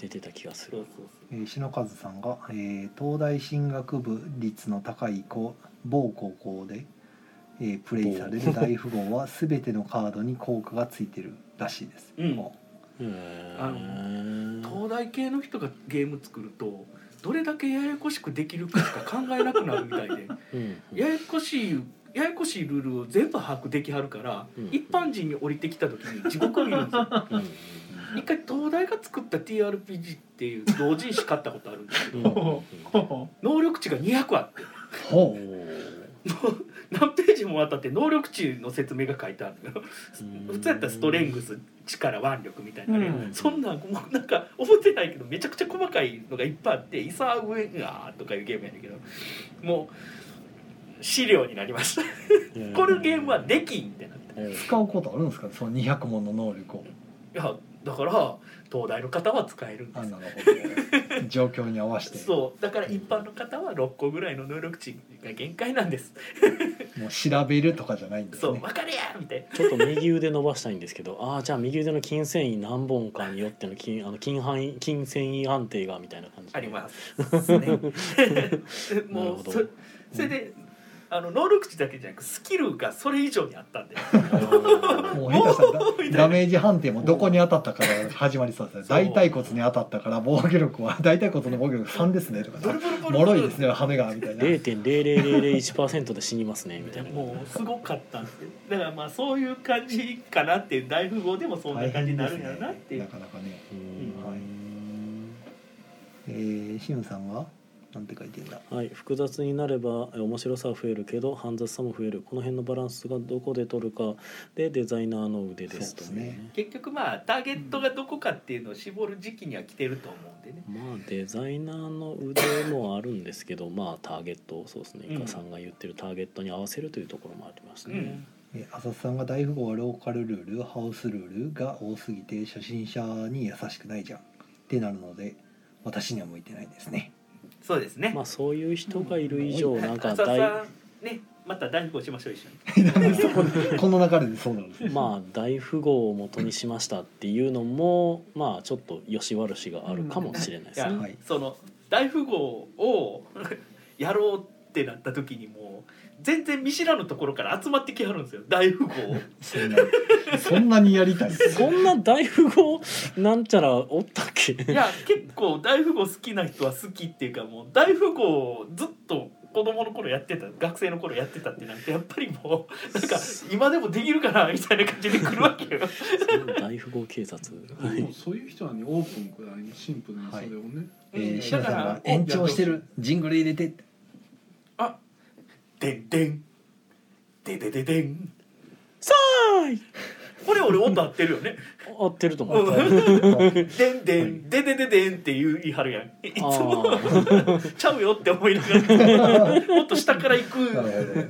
出てた気がす
そう
る
そう
えー篠和さんが、えー東大進学部率の高い高某高校で、えープレイされる大富豪は全てのカードに効果がついてるらしいです、
うん
も
へ
あ
ー
東大系の人がゲーム作るとどれだけややこしくできるかしか考えなくなるみたいで
うん
ややこしいややこしいルールを全部把握できはるから、
うん
一般人に降りてきた時に地獄見るんですよ一回東大が作った TRPG っていう同人誌買った ことあるんですけ
うん
ど
うんうん
能力値が200あって
うほう
何ページも渡って能力値の説明が書いてあるのよ普通やったらストレングス力腕力みたいなね、
うん
そんなんもうなんか思ってないけどめちゃくちゃ細かいのがいっぱいあって「イサーウェガー」とかいうゲームやねんけどもう資料になりましたこのゲームはできんってなって
うん
使うことあるんですかその200もの能力を
いやだから東大の方は使えるん
あ
で
な
す
る ほど状況に合わせて
そうだから一般の方は6個ぐらいの能力値が限界なんです
もう調べるとかじゃないんです
そう
ね
分かれやみたいな
ちょっと右腕伸ばしたいんですけど、ああじゃあ右腕の筋繊維何本かによっての筋あの筋範囲筋繊維安定がみたいな感じで。
あります、ね、も
なるほ
う
ど
そそれであの能力値だけじゃなくスキルがそれ以上にあったんで
あ
もう下手したら ダダメージ判定もどこに当たったから始まりそうですね
そう
大腿骨に当たったから防御力は大腿骨の防御力3ですねとか
ボルボルボルボル
もろいですね羽がみたいな
零点零零零零一パーセントで死にますねみたいな。
もうすごかったんですよだからまあそういう感じかなっていう大富豪でもそんな
大
感
変
じにな
で
る
す
ん
ね
やろなっていう
なかなかね
うん
はいえー、シムさんはなんて書いてんだ
はい、複雑になればえ面白さは増えるけど煩雑さも増えるこの辺のバランスがどこで取るかでデザイナーの腕ですと
そうですね
結局まあターゲットがどこかっていうのを絞る時期には来てると思うんでね
まあデザイナーの腕もあるんですけどまあターゲットそうですね
うん
イカさんが言ってるターゲットに合わせるというところもあります
う
ね。
ん
えー浅田さんが大富豪はローカルルールハウスルールが多すぎて初心者に優しくないじゃんってなるので私には向いてないですね
そうですね、
まあそういう人がいる以上
はい
なんか
浅田
大
さんねまた大富豪しましょう一緒に
この流れでそうなんですね
まあ大富豪を元にしましたっていうのもまあちょっとよし悪しがあるかもしれない
い
です
や、
ね。
はい
その大富豪を やろうってなった時にもう全然見知らぬところから集まってきはるんですよ大富豪
そんなそんなにやりたいです
そんな大富豪なんちゃらおったっけ？
いや結構大富豪好きな人は好きっていうかもう大富豪ずっと子供の頃やってた学生の頃やってたってなんてやっぱりもうなんか今でもできるかなみたいな感じで来るわけ よ。
大富豪警察
も
はいう
そういう人はねオープンくらいにシンプルにそれをね、
えー、石
だ
野
か
さんが
ら
「延長してるジングル入れて」って
あでんでんででででん
さーい
これ俺音合ってるよね。
合ってると思う
うん
はい
でんでんででででんって言う言い張るやん。いつも
あー
ちゃうよって思いながらもっと下から行く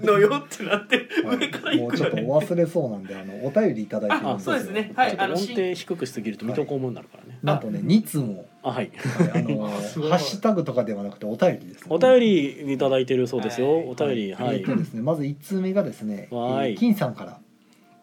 のよってなって
はい
上から行
もう
く
ちょっと
よね。
お忘れそうなんであのお便りいただいてるんですよ
あそうですねはい
ちょっと
あの
音程低くしすぎると水戸黄門になるからね
なんとね2通も、
あはい
はいあの
すごい
ハッシュタグとかではなくてお便りです、ね、
お便りいただいてるそうです
はい
よお便りは
え
い
ーとですね、まず1通目がですね、え
はい
ー金さんから、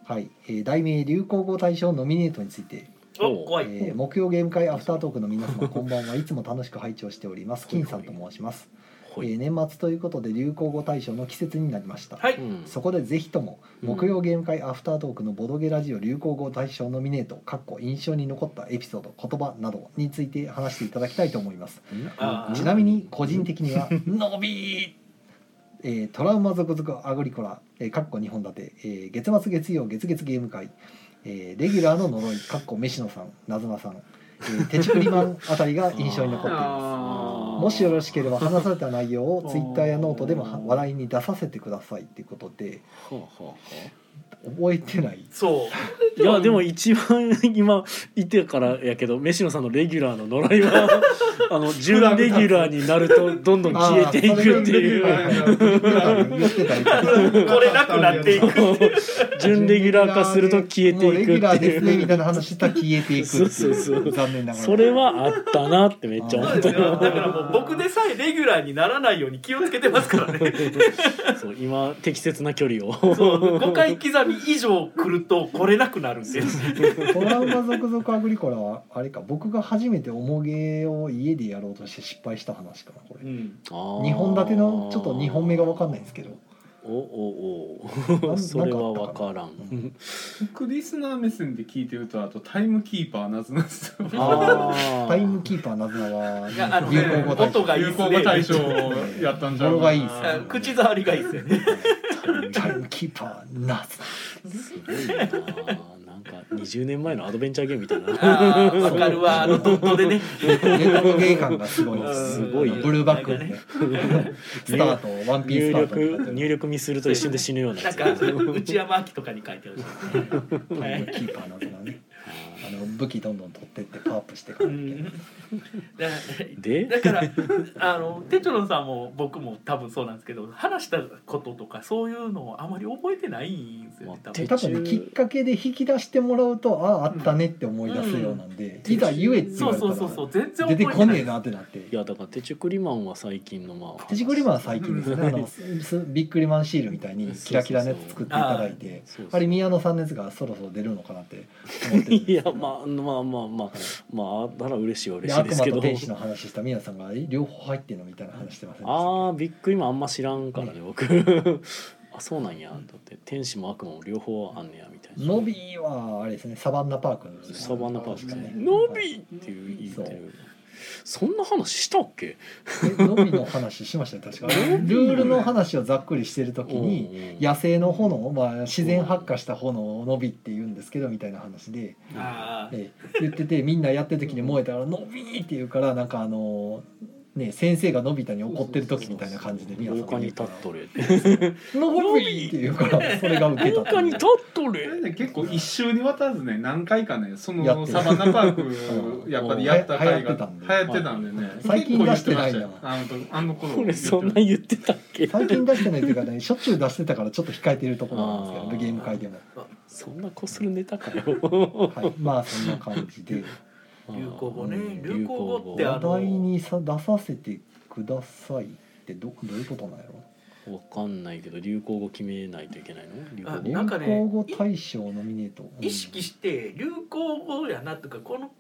はいえー題名「流行語大賞ノミネート」について、
お怖い。
えー木曜ゲーム会アフタートークの皆様こんばんはいつも楽しく拝聴しております金さんと申します、え
ほい
ー年末ということで流行語大賞の季節になりました、
はい。
うん
そこでぜひとも木曜ゲーム会アフタートークのボドゲラジオ流行語大賞ノミネートかっこ印象に残ったエピソード言葉などについて話していただきたいと思います
あー
ちなみに個人的 には「のび!」えートラウマ続々アグリコラ」えーかっこ2本立て、えー月末月曜月月ゲーム会」えーレギュラーの呪い」かっこ飯野さんなずなさん、え ー、手作りマンあたりが印象に残っています。
あー
もしよろしければ話された内容をツイッターやノートでも話題に出させてくださいっていうことで
ほうほうほう
覚えてない
そう。
いやでも一番今いてからやけど飯野さんのレギュラーの野良はあの準レギュラーになるとどんどん消えていくっていう
言ってた言ってたもう
これなくなっていく。
準レギュラー化すると消えて
レ
い
ギ
く
ュラー
って
ですね
い
み
う
たいな話したら消えていくってい
そうそうそう
残念ながら
それはあったなってめっちゃ思
そう
っ
です
た
よだからもう僕でさえレギュラーにならないように気をつけてますからね
そう今適切な距離を
そう5回刻み以上来ると来れなくなるんで
トラウマ続々アグリコラはあれか僕が初めておもげを家でやろうとして失敗した話かなこ
う
れ
ん
2
2本立てのちょっと2本目が分かんないんですけど
おお
な
お
ん
それは
なんか
分
あったか
か
な
ら
うん
クリスナー目線で聞いてるとあとタイムキーパーなずなず さん
あー
タイムキーパーなずなはい
やあの
流行語大賞
音がいいっ
有
すね
効語大賞やったんじゃ
語呂がいいっす
あ口触りがいいですよね
タイムキーパーなず
すごいななんか20年前のアドベンチャーゲームみたいな
あーわかるわあのドットでね
なレトロゲー感がすごいです
すごいよ
ブルーバックね スタートワンピ
入
ーススタート
力入力ミスると一瞬で死ぬような
な
や
ん
つ
か内山明とかに書いてほし
タイム
いね
キーパーなずなねあの武器どんどん取ってってパワーアップしていく
う
みたい
ん
な
だ
で
だからあのテチョロンさんも僕も多分そうなんですけど話したこととかそういうのをあまり覚えてないんですよね多分
手
多分ねきっかけで引き出してもらうとあああったねって思い出すようなんで、いざ言えって言
そ
わ
う
れた
そう
ら
そうそう全然
出
覚えて
て
ない
こねえなってなって
いやだから手作りマンは最近のまあ
手作りマンは最近ですね、あのすすビックリマンシールみたいにキラキラのやつ作っていただいて
そうそう
あれ宮野さんのやつがそろそろ出るのかなって思ってるんです
い
け
や
ど
まあまあまあまあまああったら嬉しいは
で
嬉しい
悪
です
魔
けど
と天使の話した宮野さんがえ両方入ってんのみたいな話してませんでした
あーびっくりマンあんま知らんからね僕あそうなんやだって天使も悪魔も両方あんねやみたいな
ノビーはあれですねサバンナパークの
サバンナパークですね「
ノ
ノ
ビ
ビ!」っていう言ってるそんな話したっけ
ーノビの話しましたね確かルールの話をざっくりしてる時に
うんうん
野生の炎、まあ、自然発火した炎を伸びって言うんですけどみたいな話で、
あー
ええ言っててみんなやってる時に燃えたら「伸び!」って言うからなんかあのね先生がのび太に怒ってる時みたいな感じで宮
廊
さ
下
んが
に
言う
立
か
っ
ら
とれ
「伸び!」って言うからそれが受けた
廊
ってい
下
う
に立っと
あれ
れ
ね結構一周にわたらずね何回かねそ
やっ
の
てる
サバンナパー
う
ク
ん
やっぱりやった回が
流行ってたんで
流行ってたんでね
最近出してないな
結構言ってましたよあのあの頃
これそんな言ってたっけ
最近出してないというかねしょっちゅう出してたからちょっと控えてるところなんですけど
あー
ゲーム会でも、
そんなこするネタかよ
はい、まあそんな感じで
流行語ね
うん
流行語ってあ
話
の
題にさ出させてくださいってどどういうことなんやろ
わかんないけど流行語決めないといけないの流
あ
行
流
語
なんかね
行語大賞ノミネート
意識して流行語やなとかこの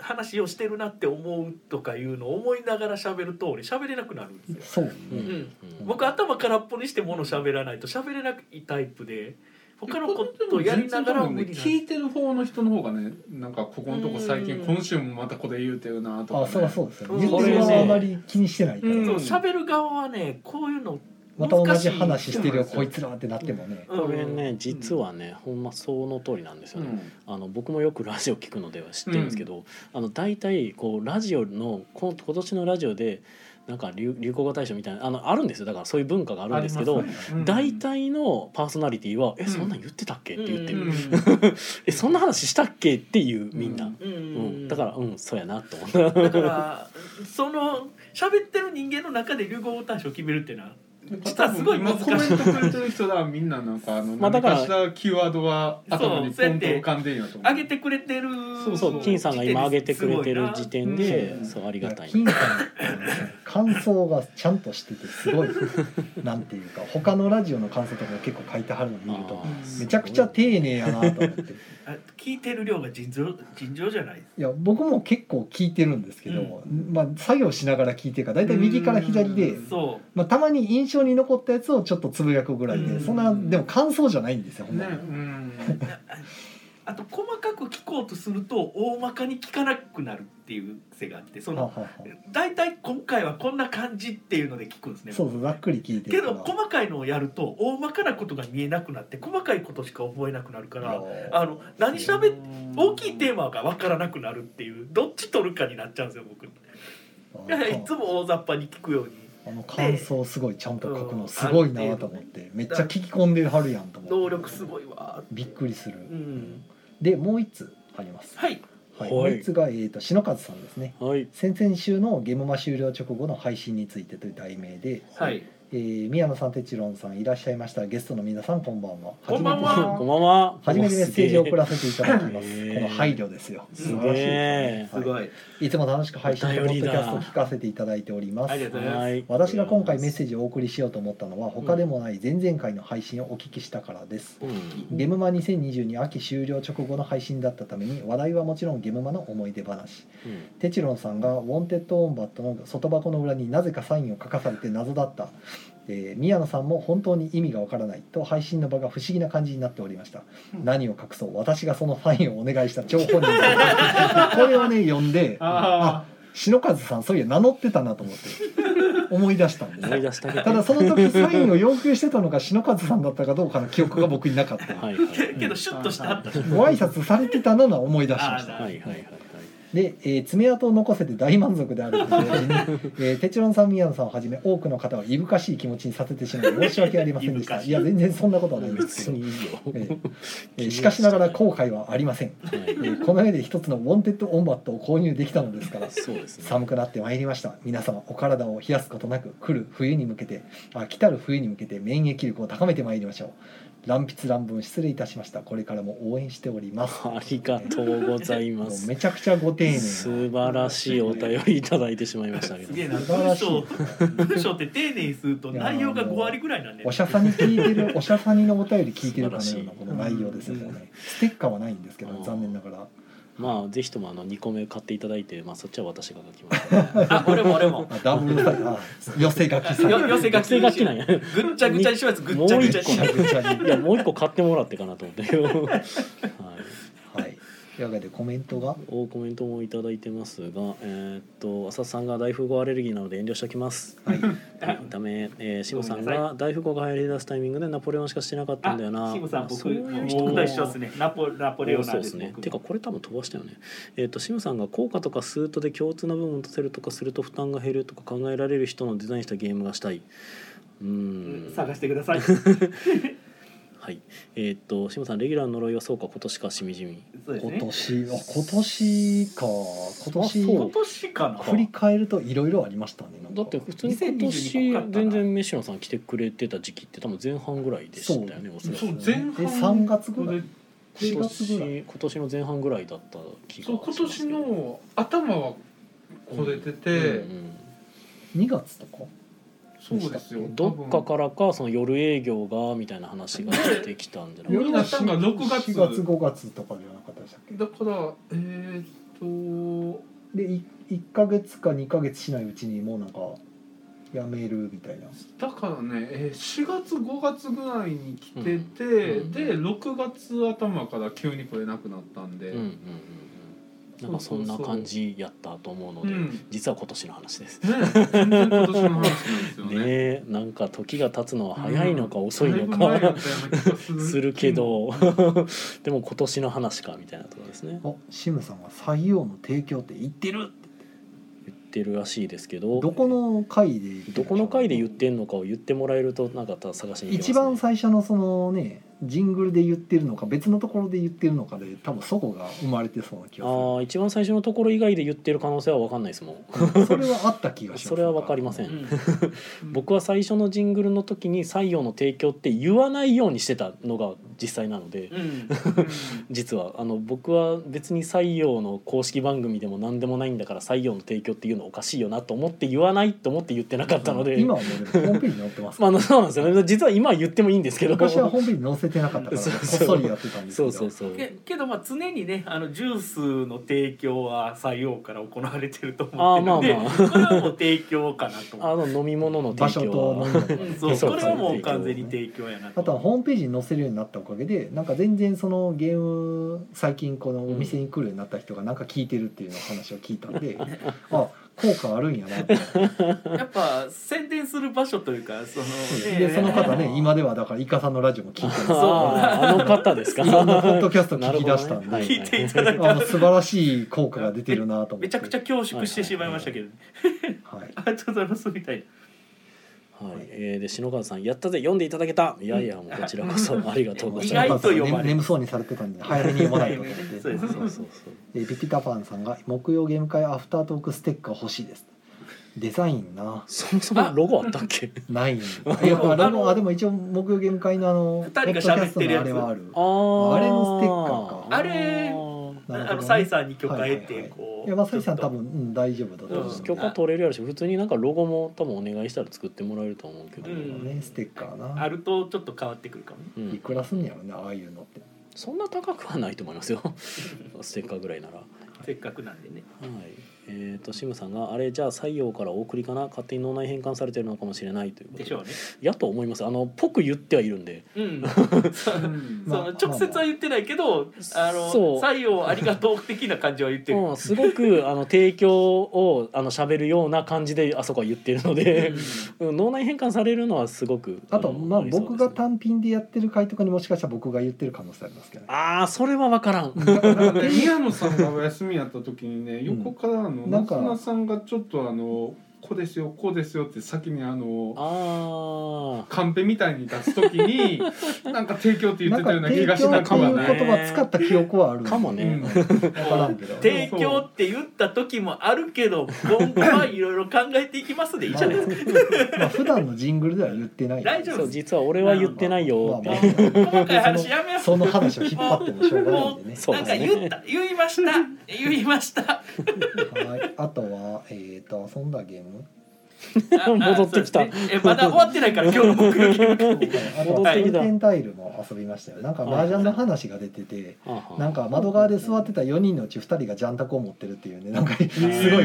話をしてるなって思うとかいうのを思いながら喋ると俺喋れなくなるんです
そ
よ。
う、
うん
僕頭空っぽにしてもの喋らないと喋れないタイプで他のことをやりながらも無理なん
聞いてる方の人の方がねなんかここのとこ最近
うん
今週もまたこれ言うてるなとか、ね、
あそりゃそうですよね
うん
言ってる側はあまり気にしてないから、
うん
そう喋る側はねこういうの
また同じ話してるよ
難しい
こいつらってなってもね
これね実はね、ほんまその通りなんです
う
よね、
ん
あの僕もよくラジオ聞くのでは知ってるんですけど、あの大体こうラジオのこの今年のラジオでなんか流流行語大賞みたいなあのあるんですよだからそういう文化があるんですけど
ありますねうん
大体のパーソナリティは「え
うん
そんなん言ってたっけ?」って言ってる
う
「
ん
えそんな話したっけ?」っていうみんな、う
うんん
うん
だからうんそうやなと思った
だからその喋ってる人間の中で流行語大賞を決めるっていうのは実はすごい難しい
今コメントくれてる人らはみんななんかあの
まあだか
何
ら
かしらキーワードは頭にポンと浮かんでんやと思
上げてくれてる
そう
そう金さんが今上げてくれてる時
時点
点で、
うん
そうあり
だ
が
か
た
ら
い
金さんあの感想がちゃんとしててすごいなんていうか他のラジオの感想とかも結構書いてはるの見ると
あー
めちゃくちゃ丁寧やなと思って。
すごいなあ聞いてる量が尋常尋常じゃない
いや僕も結構聞いてるんですけど、まあ、作業しながら聞いてるから大体右から左で
うん、
そ
まあ、たまに印象に残ったやつをちょっとつぶやくぐらいで、
うん
そんなでも感想じゃないんですよほん
ね
まに、
うん
うああと細かく聞こうとすると大まかに聞かなくなるっていう癖があってそ
はあは
の
あはあ
大体今回はこんな感じっていうので聞くんですね
そうそうざっくり聞いて
け
るから
ど細かいのをやると大まかなことが見えなくなって細かいことしか覚えなくなるから
いやー
あの何しゃべっ大きいテーマが分からなくなるっていうどっち取るかになっちゃうんですよ僕い
あ
やいつも大雑把に聞くように
あの感想すごいちゃんと書くのすごいなと思ってめっちゃ聞き込んではるやんと思って
能力すごいわ
びっくりする、
うん
でもう一つあります、
はい
は
はい
い
もう一つが、えー、と篠和さんですね
はい
先々週のゲームマ終了直後の配信についてという題名で、
はい
えー宮野さん哲郎さんいらっしゃいましたゲストの皆さんこんばんは
こんばんは
初めて
こんばんは
初めてメッセージを送
ら
らせていただき ます。
へー
この配慮ですよ。
す
素
げ
晴らしい
え
ですね。
す
は
ごい
い、いつも楽しく配信と
お
ポッ
便
ドキ
りだ
ャストを聞かせていただいておりま
ありが
す
と。うございます
い
私が今回メッセージをお送りしようと思ったのは他でもない前々回の配信をお聞きしたからです。
うん
ゲムマ2022秋終了直後の配信だったために話題はもちろんゲムマの思い出話
うん
テチロンさんが「ウォンテッド・オンバット」の外箱の裏になぜかサインを書かされて謎だった、えー宮野さんも本当に意味がわからないと配信の場が不思議な感じになっておりました、
うん
何を隠そう私がそのサインをお願いした張本人 これをね読んで
あ
篠和さんそういや名乗ってたなと思って思い出したんで
思い
す
出してあげて
ただその時サインを要求してたのが篠和さんだったかどうかの記憶が僕になかった
はいはい
けけどシュッとしてはったし
ご挨拶されてたのは思い出しました
はいはいはいはい
で、えー爪痕を残せて大満足であると同 時に、えー、哲郎さん宮野さんをはじめ多くの方をいぶかしい気持ちにさせてしまい 申し訳ありませんでし
いぶ
た
かし
い
い
や全然そんなことはないんで
別
すけど
に、いいよ、
えーえーしかしながら後悔はありません、え
はい、
ーこの世で一つのウォンテッドオンバットを購入できたのですから
そうですね
寒くなってまいりました皆様お体を冷やすことなく来る冬に向けてあ来たる冬に向けて免疫力を高めてまいりましょう乱筆乱文失礼いたしましたこれからも応援しております
ありがとうございま
もう
す
めちゃくちゃご丁寧な
素晴らしいお便りいただいてしまいましたけ
すげえ
ど
な
素晴ら
文
しい
章文章って丁寧にすると内容が5割ぐらいなんで
おしゃさに聞いてるおしゃさにのお便り聞いてるかのような
素
こ
晴
の内容ですよ
うん
ね。ステッカーはないんですけ
あー
ど残念ながら。
まあぜひともあの2個目買っていただいて、まあ、そっちは私が書きますので
あ俺も俺も
あダブルサイズあ寄せ書きサイ
よ寄
ズ。
せ書
学
き
生楽器なん
ぐ
や
っちゃぐちゃにしますぐっちゃぐちゃにしま
ぐ
す
ちゃぐちゃに
いやもう一個買ってもらってかなと思 ってよはい
はい。というわけでコメントが
おコメントもいただいてますがえーっと浅田さんが大富豪アレルギーなので遠慮しておきます
はい。
はいダメえー、シムさん
ごめんな
が大富豪が流行り出すタイミングでナポレオンしかしてなかったんだよな
あシムさん
あ
僕
そういう人
僕
か
と一緒ですねナポナポレオナ
そう
ー
で
ですす
ね
僕。も
てかこれ多分飛ばしたよね。えっ、とシムさんが効果とかスートで共通な部分を出せるとかすると負担が減るとか考えられる人のデザインしたゲームがしたい。うーん。
探してください
はい。えっ、とシムさんレギュラーの呪いはそうか今年かしみじみ。
そうです
今
ね
年あ今年か今年
あそ
今年かな
振り返るといろいろありましたね。なんか
だって普通に今
2022濃か
年
ったな
全然メシノさん来てくれてた時期って多分前半ぐらいでしたよね。おそら
そう
く。
前
え
半
三月ぐらい4
今
月ぐらい。
年今年の前半ぐらいだった気が
そう今年の頭はこれて
うんう
て、
ん
2月とか。
そうですよ
どっか
ら
からかその夜営業がみたいな話が出てきたんじゃない
夜だったのが6月
4月5月とかじゃなかったでしたっけ
だからえー、っと
でい1か月か2か月しないうちにもうなんかやめるみたいな
だからね、えー4月5月ぐらいに来てて、
んうん
で6月頭から急にこれなくなったんで、
うんうんうんうんなんかそんな感じやったと思うので、
うん
実は今年の話です。
ね全然今年の話なんですよ
ね
ね。
えなんか時が経つのは早いのか遅いの
だぶ前だ
か
っ、たような気がする
するけどでも今年の話かみたいなところですね
おシムさんは採用の提供って言ってるって
言ってるらしいですけど
どこの回で言ってるんでしょ
ど
う
この回で言ってんのかを言ってもらえるとなんかた探しに行
一
けま
番
すね
最初のそのねジングルで言ってるのか別のところで言ってるのかで多分そこが生まれてそうな気
あ
がす
ー一番最初のところ以外で言ってる可能性は分かんないですもん
るそれはあった気がします
それは分かりません
うん
僕は最初のジングルの時に採用の提供って言わないようにしてたのが実際なので
うん
実はあの僕は別に採用の公式番組でも何でもないんだから採用の提供っていうのおかしいよなと思って言わないと思って言ってなかったので
今はもうでもホームページに載ってます
ま
か
あ
ら
あのそうなんですよね実は今は言ってもいいんですけど
昔はホームページに載せてなかったからこ
そう
っ
そう
そりやってたんですけ
そ
ど
うそうそう
けけどまあ常にねあのジュースの提供は採用から行われてると
あ
思
あ
ってる
ま
ん
あ
で、
まあ
これはもう提供かなと思
あ
う
の飲み物の
場所
提供
と
は
何
うん
と
そう
か
そう
これはもう完全に提供やな
あとは
と
ホームページに載せるようになったおかげでなんか全然そのゲーム最近このお店に来るようになった人がなんか聞いてるっていうの話を聞いたんであ効果あるんやなって
やっぱ宣伝する場所と いうかその
でその方ね今ではだからイカさんのラジオも聞いてる
あーあの方ですか
いろんなポッドキャスト聞き出したんで
なるほどね
聞いていただい
あの素晴らしい効果が出てるなと思って
めちゃくちゃ恐縮してしまいましたけど、ね
はい、
ありがとうございますみたいな
はい、えー、で篠川さん「やったぜ読んでいただけた」いやいやもうこちらこ そありがとうご
意
ざい
外
ま
と
す。
呼ばれる
眠眠そうにされてたんで早めに読まないとと思って
そうです
そうそうそう
えピピタパンさんが「木曜ゲーム会アフタートークステッカー欲しいです」デザインな
そもそもロゴあったっけ
ないんで
い
い
や
やあれ
あの
もあでも一応木曜ゲーム会のあの
二人が喋ってるや
ポッドキャストのあ
つ
れはある
あー
あれのステッカー
かあれ
なるほ
あ
ど
の
ね
サイさんに許可得
はいはいは
て
い
こう
いやまあサイさん多分、
ち
う
ょっ
ん、大丈夫だと思うんで
許可取れるやろし普通になんかロゴも多分お願いしたら作ってもらえると思うけど、
う
うんん
まあねステッカー
とあ
な
るとちょっと変わってくるかもね
いくらすんやろねああいうのって
そんな高くはないと思いますよ ステッカーぐらいなら。はい
せっかくなんでね
えー、とシムさんが「あれじゃあ採用からお送りかな勝手に脳内変換されてるのかもしれない」ということ
でしょうね
やと思いますあのぽく言ってはいるんで
うん
うん
まあ
その直接は言ってないけ
ま
ど、
あ
あの
そう
採用ありがとう的な感じは言ってる。
うん、すごくあの提供をあの喋るような感じであそこは言ってるの で、うん脳内変換されるのはすごく
あと
の
まあ
りそう
僕
です
が単品でやってる回とかにもしかしたら僕が言ってる可能性ありますけどね
ああそれは分からん
だから
で宮野さんがお休みやった時にね
うん
横からあの
なん
夏
か
菜さんがちょっとあの「こうですよこうですよ」って先にあの
あ
カンペみたいに出す 時になんか提供って言っ
なん
てたよう
か
な
提
気
供
が
っ
し
いう
て
言
たか
提供
もね。
葉使った記憶はある
あかも
う
ね
ん、
わからんけど
提供って言った時もあるけど、今後はいろいろ考えていきますでいいじゃないですか。
まあ普段のジングルでは言ってない
大丈夫
そう実は俺は言ってないよって、
まあまあ
細かい話やめよう。
その話を引っ張ってもしょうがないんでね
そう
なん
です
か
ね
言った、言いました、言いました。
はいあとはえっ、と遊んだゲーム
ああ
戻ってきた
そうですねえ、まだ終わってないから、今日の目 標ゲーム。
あと
戻
は
ってきた
テンタイルも遊びましたよなんか麻雀の話が出てて
はあはあ
なんか窓側で座ってた4人のうち2人がジャンタクを持ってるっていうねなんかすごいことになっ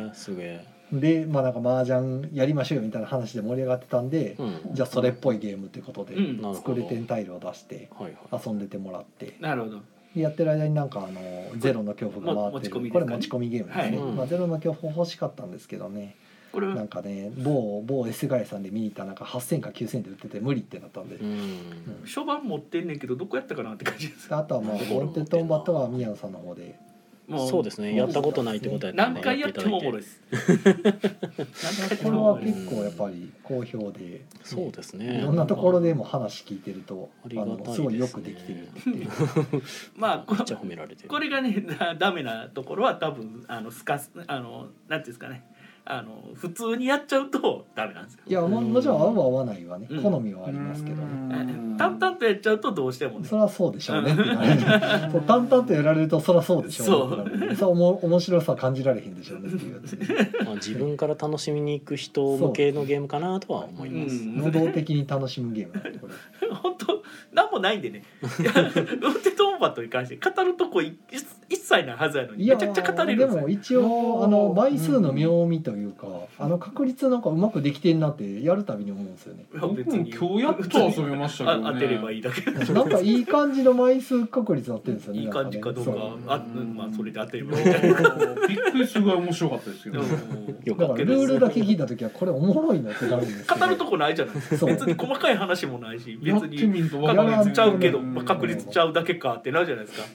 て
ててすげえ、
てでまあなんか麻雀やりましょうよみたいな話で盛り上がってたんで
うん、
じゃあそれっぽいゲームってことで
うん
なるほ
作
ど
れテンタイルを出して
はいはい
遊んでてもらって
なるほど。
やってる間になんかあのゼロの恐怖が回って
も持ち込み
る
です
こ
かね
れ持ち込みゲームですね、
はい
まあ、ゼロの恐怖欲しかったんですけどね
これ
なんかね某某 S ガイさんで見に行ったらなんか8000か9000で売ってて無理ってなったんで、
う
で
ん
初版持ってんねんけど、どこやったかなって感じです。
あとはまあ「ウォンテッド・オンバット」は宮野さんの方で
も
そうですねやったことないってことやったん
何
で
回やってもおもろい
い
です。
これは結構やっぱり好評で、
そうですね
いろんなところでも話聞いてると
ありがたいですね
のすごいよくできてるって言って
まあこ
めっちゃ褒められてる
これがね だダメなところは多分あのすかすあのなんていうんですかねあの普通にやっちゃうとダメなんですよ。
いやももちろん合う合わないはね
うん
好みはありますけどね、
うん
淡々とやっちゃうとどうしてもね
そ。りゃそうでしょうねってなるそう淡々とやられるとそりゃそうでしょうねってなるそうおも面白さ感じられへんでしょうねっていうやつ
まあ、自分から楽しみに行く人向けのゲームかなとは思います、
うん
能動的に楽しむゲームなんでこれ
本当なんもないんでね。ロッテトンバトに関して語るとこい一切ないはずやのに
いや
めちゃくちゃ語れる
で
んです
も
よ
一応あの倍数の妙味というか、あの確率なんかうまくできてんなってやるたびに思うんですよね。
いや
僕
別
も
に
今日やっと遊びましたけどね
あ当てればいいだけ
なんかいい感じの枚数確率になってるんですよね。
いい感じかどうか
なんね
あまあそれで当てれ ばいいだけ
びっくりするぐらい面白かったですけど、
よ
そう
か
だか
っ
ら
た
ル
で
ー
す
ルだけ聞いた時はこれおもろいなってなるんです けど
語るとこないじゃないですか
そう
別に細かい話もないし別
やって
に
みると分か
確
ら
率ちゃうけど、
ん
まあ、確率ちゃうだけかってなるじゃないですか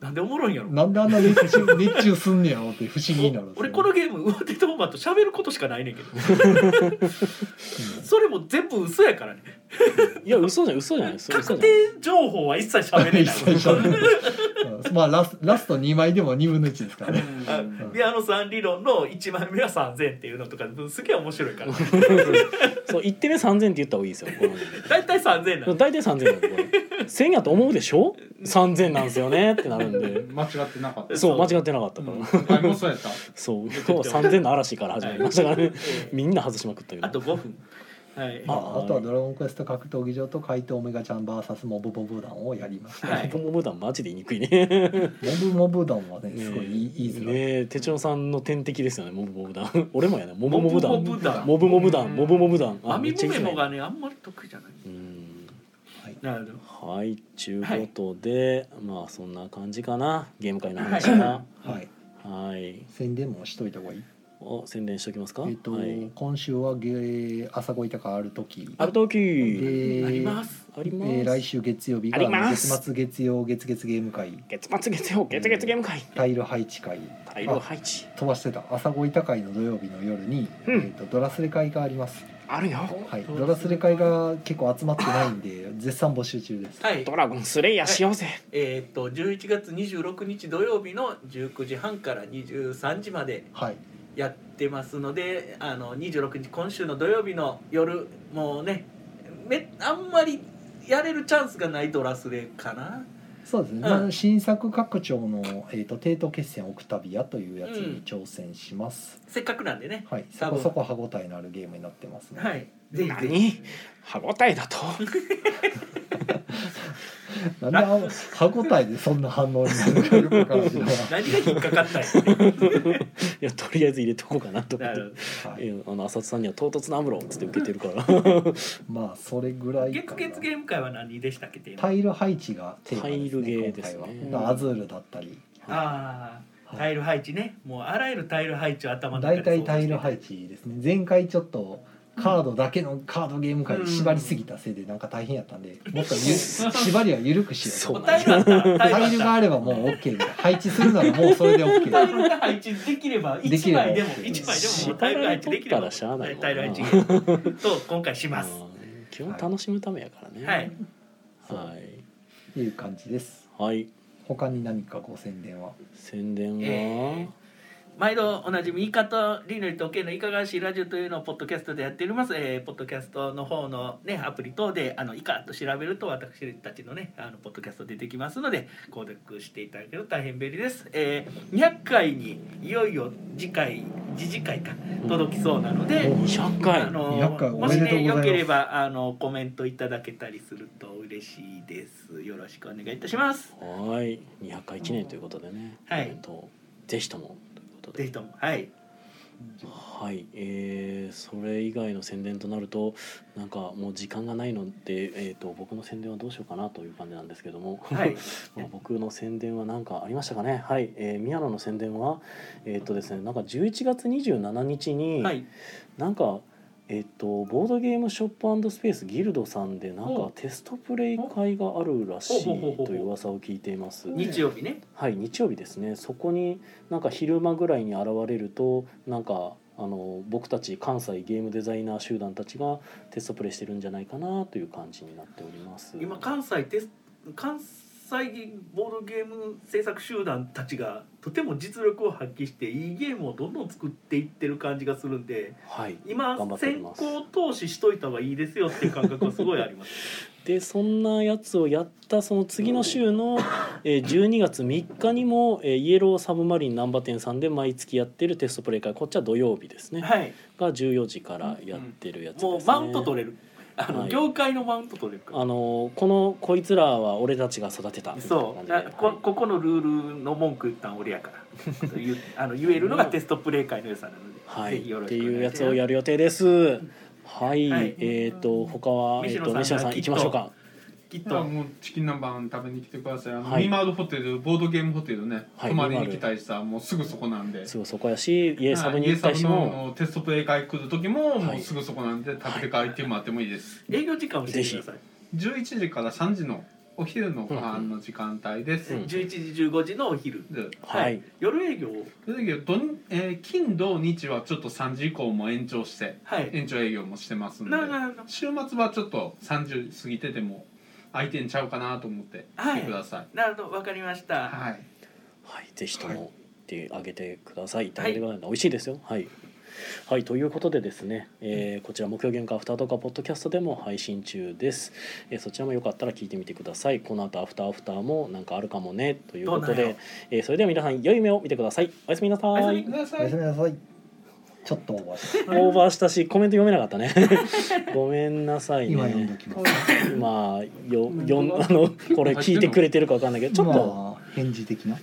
なんでおもろいんやろ
なんであんな熱中熱中すんねやろって不思議になるんですよ
俺このゲーム上手トーマと喋ることしかないねんけどそれも全部嘘やからね
いや嘘じゃ嘘じゃないそれ嘘
確
じゃない
定情報は一切喋れない
一切喋れないうんまあラスラスト2枚でも2分の1ですからね。
あピアノさん理論の1枚目は3000っていうのとかすげえ面白いから
そう言ってね3000って言った方がいいですよこのゲーム
大体3000なの
大体3000なんでこれ1000やと思うでしょ3000なんですよねってなるん で
間違ってなかった
そう間違ってなかったから、
あれもそうやった
そう今日は3000の嵐から始まりましたからねみんな外しまくったけど
あと5分はい
ま
あ
あ、あとは「ドラゴンクエスト格闘技場」と「怪盗メガちゃん VS モブモブ団」をやりました、
はい
モブモブ団マジで言いにくいね
モブモブ団はね
ね
すごい言い言いづらい、
ねえ手帳さんの天敵ですよねモブモブ団俺もやなモブモブ
モ
団
ブモブ団
モブモブ団モブモブ団あ
ア
め
ミ
っちゃ
モ
言い
メ
づら
モ
い
がねあんまり得意じゃない
うん
なるほど
はいちゅうことで、まあそんな感じかなゲーム会の話は
はい、
はい
宣伝もしといた方がいい
お宣伝しておきますか
えっと、
はい、
今週はゲー朝ごいたかある時
あるとき
で
あります
あります、
えー来週月曜日が
あります
月末月曜月月ゲーム会
月末月曜月月ゲーム会
タイル配置会
大量配置
飛ばしてた朝ごいた会の土曜日の夜に、
うん
えっとドラスレ会があります、
あるよ
はい、ドラスレ会が結構集まってない んで絶賛募集中です
はい
ドラゴンスレイヤーしようぜ
えーっと11月26日土曜日の19時半から23時まで
はい
やってますのであの26日今週の土曜日の夜もうねめあんまりやれるチャンスがないドラスレかな
そうですね、
うん
まあ、新作拡張の、えー、と帝都決戦オクタビアというやつに挑戦します、
せっかくなんでね
はいそ
多
こ
分
そこ歯応えのあるゲームになってますね、
はいぜひぜひ
何歯応え だと
なんであ歯応えでそんな反応になるのかよくわからん けどは
何が引っかかったんやね
いやとりあえず入れとこうかなと思
な
って
る
い、
えーあの浅田さんには唐突なアムロっつって受けてるから
まあそれぐら
ほど
いか
月
な
月ゲーム会は何でしたっけテーマ
タイル配置がテーマですね
タイルゲーですね
今回はアズールだったり
ああ
は
タ
い
イル配置ねもうあらゆるタイル配置を頭の中
大体、タイル
置
配置ですね前回ちょっとカードだけのカードゲーム会で縛りすぎたせいでなんか大変やったんでもっとゆ縛りは緩くしようと思って
タイルあったらタイル
タ
あ
イ
っ
ル
た
が
ら
あればもう OK みたいな配置するならもうそれで OK
タイルが配置できれば
でき
一
れば
枚でも
OK
一枚でももうタイル配置できれば
しゃあないもんな
タイル配置ゲームと今回し ます
あー基本楽しむためやからね
はい
はい
っていう感じです
はい
他に何かご宣伝は
宣伝は、
え毎度おなじみイカとリヌリとオケのいかがわしいラジオというのをポッドキャストでやっております、えーポッドキャストの方のねアプリ等であのイカと調べると私たちのねあのポッドキャスト出てきますので購読していただけると大変便利です、えー200回にいよいよ次回次次回か届きそうなので、
200回
あの
200回お
も
め
し
でとうござ
ね
います
よければあのコメントいただけたりすると嬉しいですよろしくお願いいたします
はい200回記念ということでね、
はい
コメントをぜひともということ
ぜ
で
ひともはい
はい、えーそれ以外の宣伝となるとなんかもう時間がないので、えー、と僕の宣伝はどうしようかなという感じなんですけども、
はい
まあ僕の宣伝は何かありましたかねはい、えー宮野の宣伝はえっ、とですねなんか11月27日に、
はい
なんかえっ、とボードゲームショップスペースギルドさんでなん
お
かテストプレイ会があるらしい
おほほほほ
という噂を聞いています。
日曜日ね
はい、日曜日ですねそこになんか昼間ぐらいに現れるとなんかあの僕たち関西ゲームデザイナー集団たちがテストプレイしてるんじゃないかなという感じになっております
今関西テス関西ボードゲーム制作集団たちがとても実力を発揮していいゲームをどんどん作っていってる感じがするんで
はい
今
頑張っており
先
ます
行投資しといた方がいいですよっていう感覚がすごいあります
でそんなやつをやったその次の週 の、えー12月3日にも、えーイエローサブマリン難波店さんで毎月やってるテストプレイ会こっちは土曜日ですね
はい
が14時からやってるやつです、ね、
もうマウント取れるあの、
はい
業界のマウント取れるから
あのこのこいつらは俺たちが育てたみたいな
そ
感
う
じでは
だ
い
こここのルールの文句言ったん俺やから言うあの言えるのがテストプレイ会の良さなので、
はい、
ぜひよ
っ
ろ
て
しくお
いう
願
や
いし
つ
ま
を
す
やる予定です。はい、
はい
えっ、と他はえっ、
西野さ
と西野さん
んが
行きましょうか。
きっ
あ
と
もうチキン南蛮食べに来てくださいあの、
はい
ミマールホテルボードゲームホテルね、
はい
泊まり
ミマ
に
ール
来たりしたらもうすぐそこなんです
ぐそこやし、家サブに
はい
行ったりして
家サブの
も、
あのテストプレイ会来る時も、
は
も
いう
すぐそこなんで食べて帰ってもらってもいいです、
営業時間を教えてください
11時から3時のお昼のご飯の時間帯です、
うん
11時15時のお昼
で
はい、
夜営業を
だけど土日えー金土日はちょっと3時以降も延長して
はい
延長営業もしてますんで
なるほどなるほど
週末はちょっと30過ぎてても空いてんちゃうかなと思って来てください
なるほどわかりました、
はい、
はい、ぜひと
は
もってあげてください。いただいてください。美味しいですよ。はい。はい、ということでですね、えーこちら目標原価アフターとかポッドキャストでも配信中です、えーそちらもよかったら聞いてみてくださいこの後アフターアフターもなんかあるかもねということ
どうなんや
で、えーそれでは皆さん良い夢を見てくださいおやすみなさ
おやす
い
み
くださ
おや
い
すみなさいちょっとオーバーして
オーバーしたしコメント読めなかったね ごめんなさい
今読んど
ね
きます
今よよんあのこれ聞いてくれてるかわかんないけどちょっと、
まあ返事的な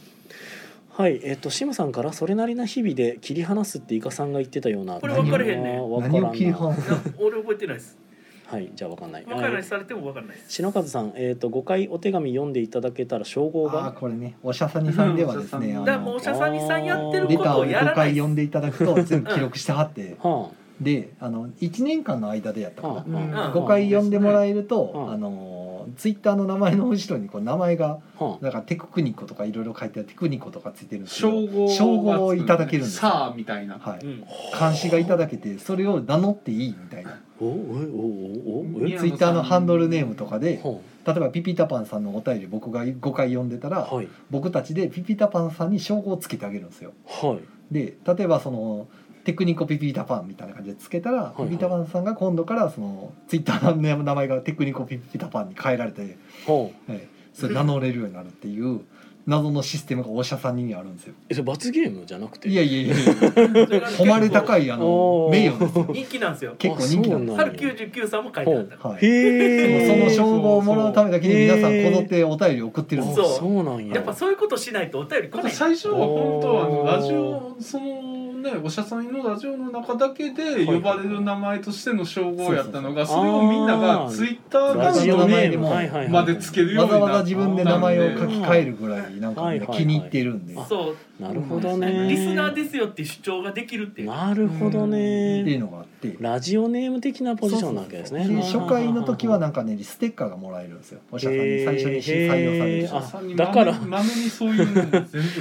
はいえっ、とシムさんからそれなりな日々で切り離すってイカさんが言ってたような
これ分かれへんね
何も分から
何
んな
を切り離す
いや俺覚えてないです
はいじゃあ分かんない
分からな
えー
いされても分からないです
篠和さん、えー、と5回お手紙読んでいただけたら称号
ああ
が
これねおしゃさにさんではですね
う
あ
ん
だからもう
の
おしゃさみさんやってる
レ
こ
ター
とを
を
やら
5
な
回
いで
読ん
す
でいただくと全部記録してはって
は
であの1年間の間でやった
あ、
か
は
な
あはあ、
5回読んでもらえる
う
と
ん
あのツイッターの名前の後ろにこう名前が
はあ
なんかテクニコとかいろいろ書いてあるテクニコとかついてるんですけど
称号が
称号をいただけるんですよ
さあみたいな、
は
う
い
ん
監視がいただけてそれを名乗っていいみたいな
おおおおおえ
宮
ツイッターのハンドルネームとかで
は
例えばピピタパンさんのお便り僕が5回読んでたら
あはい
僕たちでピピタパンさんに称号をつけてあげるんですよ。
はい
で例えばそのテクニコピピタパンみたいな感じでつけたら、
いはい
ピピタパンさんが今度からそのツイッターの名前がテクニコピピタパンに変えられて、
はあ
はい、それ名乗れるようになるっていう 謎のシステムがお医者さんにあるんですよ。
えそれ罰ゲームじゃなくて
いやいやいやいや誉れ高いあの
おー
名誉ですよ。
人気なんですよ
結構人気なんで
あ
春99さんも書いてあった
す。はい。
へえ
その称号をもらうためだけに皆さん
へー
こぞってお便りを送ってるんです
そ
よ。
う
そうなんや
やっぱそういうことしないとお便り来
だか
な
ら
い
最初は本当あ
お
の
ー
ラジオそのねおしゃさんのラジオの中だけで呼ばれる名前としての称号やったのが
そうそ
そ
う
れ
そう
をみんな
あ
が
ー
ツイッター
ラ
アカウン
ジオ
ト
ネ
で
ームはいはいはい
までつけるよ
わ
うに
ざわ
な
ざ
っ
自分で名前を書き換えるぐらいなんかみんな気に入ってるんで、
はい
っ
そう
なるほどね
リスナーですよっていう主張ができるっていう
なるほど
ていう
ね
のがあって。
ラジオネーム的なポジションなわけですね
そうそうそうで初回の時は
な
なんかねステッカーがもらえるんですよお医者さんに最初に採用されて
あ
た
さんに
だから
豆豆にそういうの全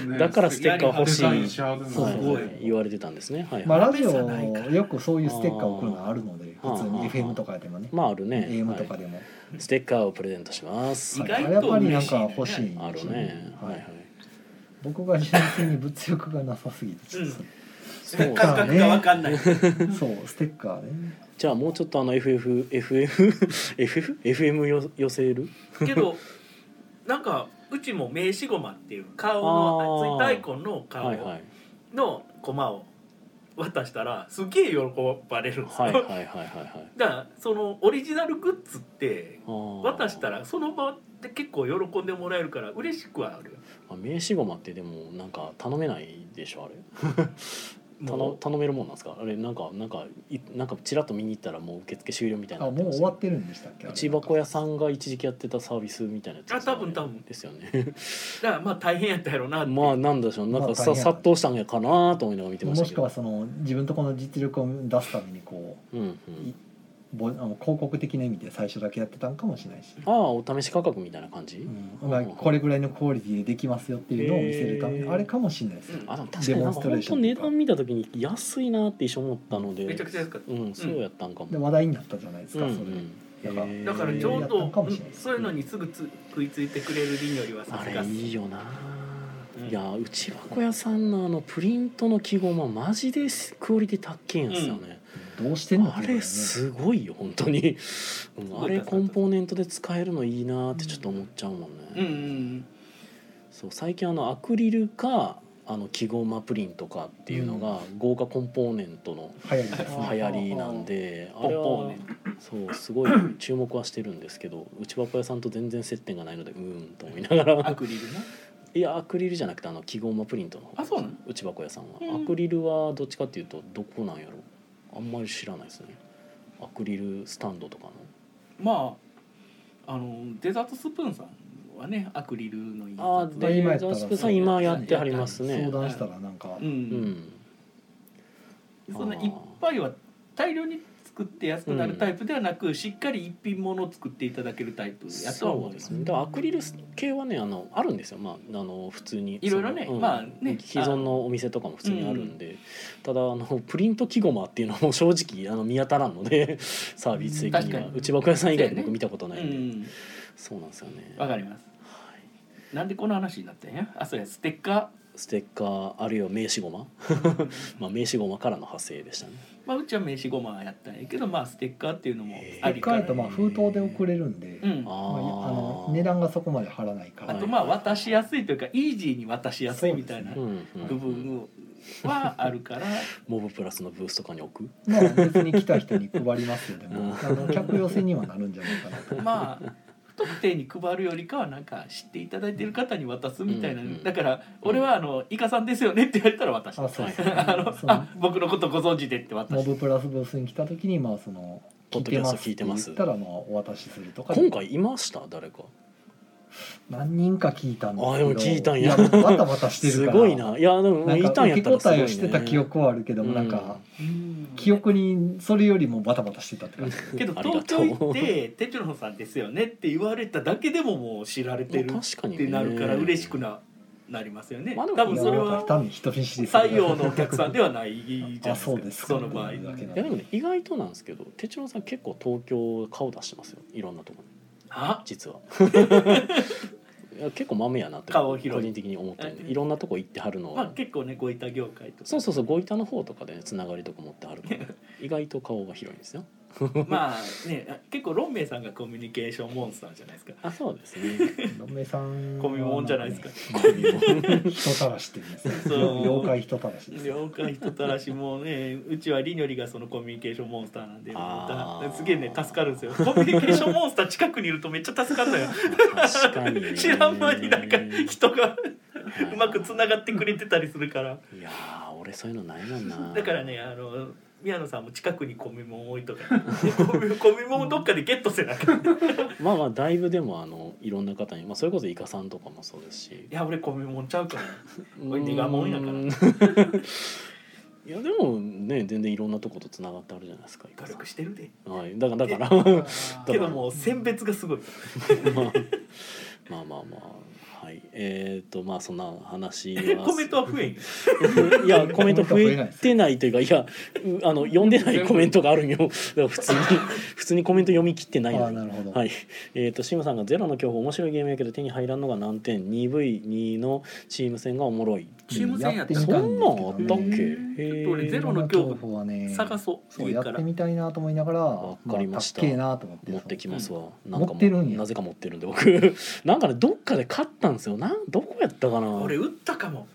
部ね
だからステッカー欲しい
デザインしはるの
そう
はい
そう
はい 言われてたんですねはい
まあ
はい
ラジオよくそういうステッカーを送るのあるので
あー
普通
はあ
に FM とかでもね
まああるね
AM とか
は
でも、
いステッカーをプレゼントします
は
はいい
意
や
外
っ
と
ぱりなんか欲しいんですよ
あるねはい
は
はいい
僕が純粋に物欲がなさすぎてちょっと
そう
感覚が分かんない
そうステッカーね
じゃあもうちょっとあの FFFFFFM よ寄せる
けどなんかうちも名刺ゴマっていう顔の
あー
ツイッターアイコンの顔
はいはい
のコマを渡したらすげえ喜ばれるんですよ、
はいはいはいはいはい
だからそのオリジナルグッズって
あー
渡したらその場で結構喜んでもらえるから嬉しくはあるよ
あ名刺ゴマってでもなんか頼めないでしょあれ頼
も
頼めるもんなんですかあれなんかなんかいなんかちらっと見に行ったらもう受付終了みたいに
あ
なっ
も
て
う
まし
終
た
わ
よ
ってるんでしたっけ
内箱屋さんが一時期やってたサービスみたいなやつですよね
あ多分多分
ですよね
うだから まあ大変やったやろうなっ て、
まあなんでしょうなん
ま
か
あ
さ
大変
殺到したんやかなと思いながら見てました
も
け
しく
ど
はその自分とこの実力を出すためにこう
うんうん
ぼあの広告的な意味で最初だけやってたんかもしれないし、
ああお試し価格みたいな感じ、
うんまあ、これぐらいのクオリティでできますよっていうのを見せるため
へ
に
ー
あれかもしれないですよ
うん
あでも確かになんか本
デモンスト
当
レーション
値
とか
段見た時に安いなって一瞬思ったので
めちゃくちゃ安かっ
うんそうやったんかも、
で話題になったじゃないです
うん
か、
う
それ
ん
だから
へえ
ただからちょう
やった
ど
んかもしれないです
そういうのにすぐつ食いついてくれるりよりはさ
あ
す
れ
がっす
いいよな、
うん
いや内箱屋さんのあのプリントの記号もマジでクオリティ高いんですよね、
どうしてんの
あれすごいよ本当に、うんあれコンポーネントで使えるのいいなってちょっと思っちゃうもんね、
うんうんうん
そう最近あのアクリルかあの記号マプリンとかっていうのが豪華コンポーネントの
流行りです
流
ね
行りなんで、
ん
あれは
コンポーネ
そうすごい注目はしてるんですけど内箱屋さんと全然接点がないのでうーんと思いなが
ア
ら
クリルない
やアクリルじゃなくてあの記号マプリントの方
あそうなの
内箱屋さんは、
うん
アクリルはどっちかっていうとどこなんやろあんまり知らないですねアクリルスタンドとかの
まああのデザートスプーンさんはねアクリルの印
ああ
刷
で
で
今やったら
ザスプさん今やってはりますね
相談したらなんか
う、
うんん
そんないっぱいは大量に作って安くなるタイプではなく、しっかり一品物を作っていただけるタイプやとは
そ
思
う
い
で
ます
すねだからアクリル系はねあのあるんですよまああの普通に
いろいろね
その
まあね
既存のお店とかも普通にあるんで、ただあのプリントキゴマっていうのはもう正直あの見当たらんので サービス的には
確かに
内箱屋さん以外で
そうや
僕
ね
見たこと
う
ないんで、
ん
そうなんですよね
わかりますなんでこの話になったんやあそうやステッカ
ステッカーあるいは名刺ゴマ
ー
まあ名刺ゴマからの派生でしたね
まあうちは名刺ごまやったんやけどまあステッカーっていうのも
へー
あ
結
りか
果
な
やとまあ封筒で送れるんで、
うん
あ
あ
まあ、あの値段がそこまで張らないから
はい
とまあ渡しやすいというかイージーに渡しやすいみたいな
うんう
部
ん、
分はあるから
モブプラスのブースとかに置く
まあ別に来た人に配りますよで
うん
もあの客寄せにはなるんじゃないかな と。
まあ不特定に配るよりかはなんか知っていただいてる方に渡すみたいな、
うんうん
だから俺はあの「イカさんですよね」って言われたら渡した
あそう
はい
あの
その
あ僕のことご存知でって渡
モ
し
ブプラスブースに来た時にまあその
ポッドキャスト聞いてます
聞いって言ったらまあお渡しするとか
今回いました誰か
何人か聞いたんです
あ
け
で
ど
も聞いたん
い
や
やバタバタして
す
るから
ごいないやでも
なん
い
か
たん
受
やっ
け
たらすごい
答
ね
えをしてた記憶はあるけども、
うん
なんか記
記憶
憶にそれよりもバタバタしてたって感じ
けど
ありが
東
とう
京行って「テチロンさんですよね」って言われただけでももう知られてる
まあ
っ
確かにね
てなるから嬉しくななりますよね
まあでも
多分それ
なん
は
か単に人見知りする
採用のお客さんではないじゃな いですか
あそうですか
その場合
だけ
いやでもね意外となんですけど哲郎さん結構東京顔出してますよいろんなところに
あ
実は いや結構豆やなって
顔
個
広い
人的に思ってるん
う
で
ん
いろんなとこ行ってはるの
まあ
は
結構ねごいた業界とか
そうそうそうご板の方とかでねつながりとか持ってはるから意外と顔が広いんですよ
まあね結構ロンメイさんがコミュニケーションモンスターじゃないですか
あそうですね
ロメさん
コミモンじゃないですか
はなんね人たらしって言うんですね
そ う
妖怪人たらしです
了解人たらしもうねうちはりにょりがそのコミュニケーションモンスターなんで
あー
またすげえね助かるんですよコミュニケーションモンスター近くにいるとめっちゃ助かるのよ
確かにね
知らん間になんか人がうまくつな
が
がってくれてたりするから
いやー俺そういうのないもんな
だからねあの宮野さんも近くにコミモン置いとかコミコミモンどっかでゲットせなきゃい
まあまあだいぶでもあのいろんな方に、まあ、それこそイカさんとかもそうですし
や俺コミモンちゃうから
う
おい
ん
根がもんやから
いやでもね全然いろんなとことつながってあるじゃないですかイカ
軽
さ
くしてるで
んはいだからだから
けどもう選別がすごい
まあまあまあまあはいえっ、とまあそんな話は
コメントは増えんよ
いやコメント増
コメント増えない
え
です
てないというかいやうあの読んでないコメントがあるんよだから普 通に普通にコメント読み切ってない
ああ
の
なるほど、
はい、えー、とシムさんが「ゼロの恐怖」面白いゲームやけど手に入らんのが難点 2v2 のチーム戦がおもろい
チーム戦やった
や
そ
っ
ん
てみ
な
た
ん
ん
あっ
ですけ
た
ど
っ
ね
け
ちょっと俺ゼロの恐怖
はね
探そう
そう
家
やっ
から
てみたいなと思いながらわ
かりました
けえなと思って
持ってきますわ、
ん
なんかもう
持ってるんや
なぜか持ってるんで僕 なんかねどっかで勝ったんですよなんどこやったかな
俺打ったかも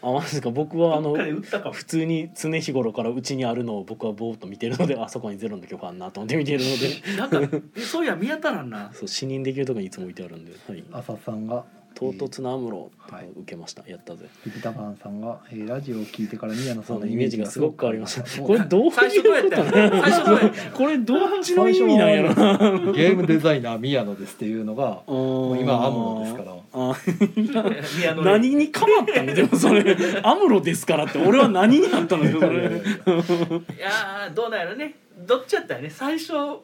あマジですか僕はあ
ど
の
っかで打ったかも
普通に常日頃からうちにあるのを僕はぼーっと見てるのであそこにゼロの曲あんなと思って見てるの で
なんか えそういや見当たらんな。
そう死人できるとこにいつも置いてあるんで、はい、
浅田さんが
唐突なアムロとか
はい
受けました、やったぜ
ピピタパンさんが、えーラジオを聞いてから宮野さ
そ
ん
の
のイ
イ
メ
メ
ー
ー
ジ
ジ
が
が
す
す
ご
ご
く
く変わり
変わりま
ま
し
したた
こ
こ
れ
れどういう
最初どうやっ
こ
た
と
んや
なの
最初どうやったんや
これどっちの意味なんやろな
ゲームデザイナー宮野ですっていうのがも
も
う今アムロですから
あ
宮野
何にかまったのでもそれアムロですからって俺は何になったのよそ れ
いやーどうなんやろねどっちやったよね最初良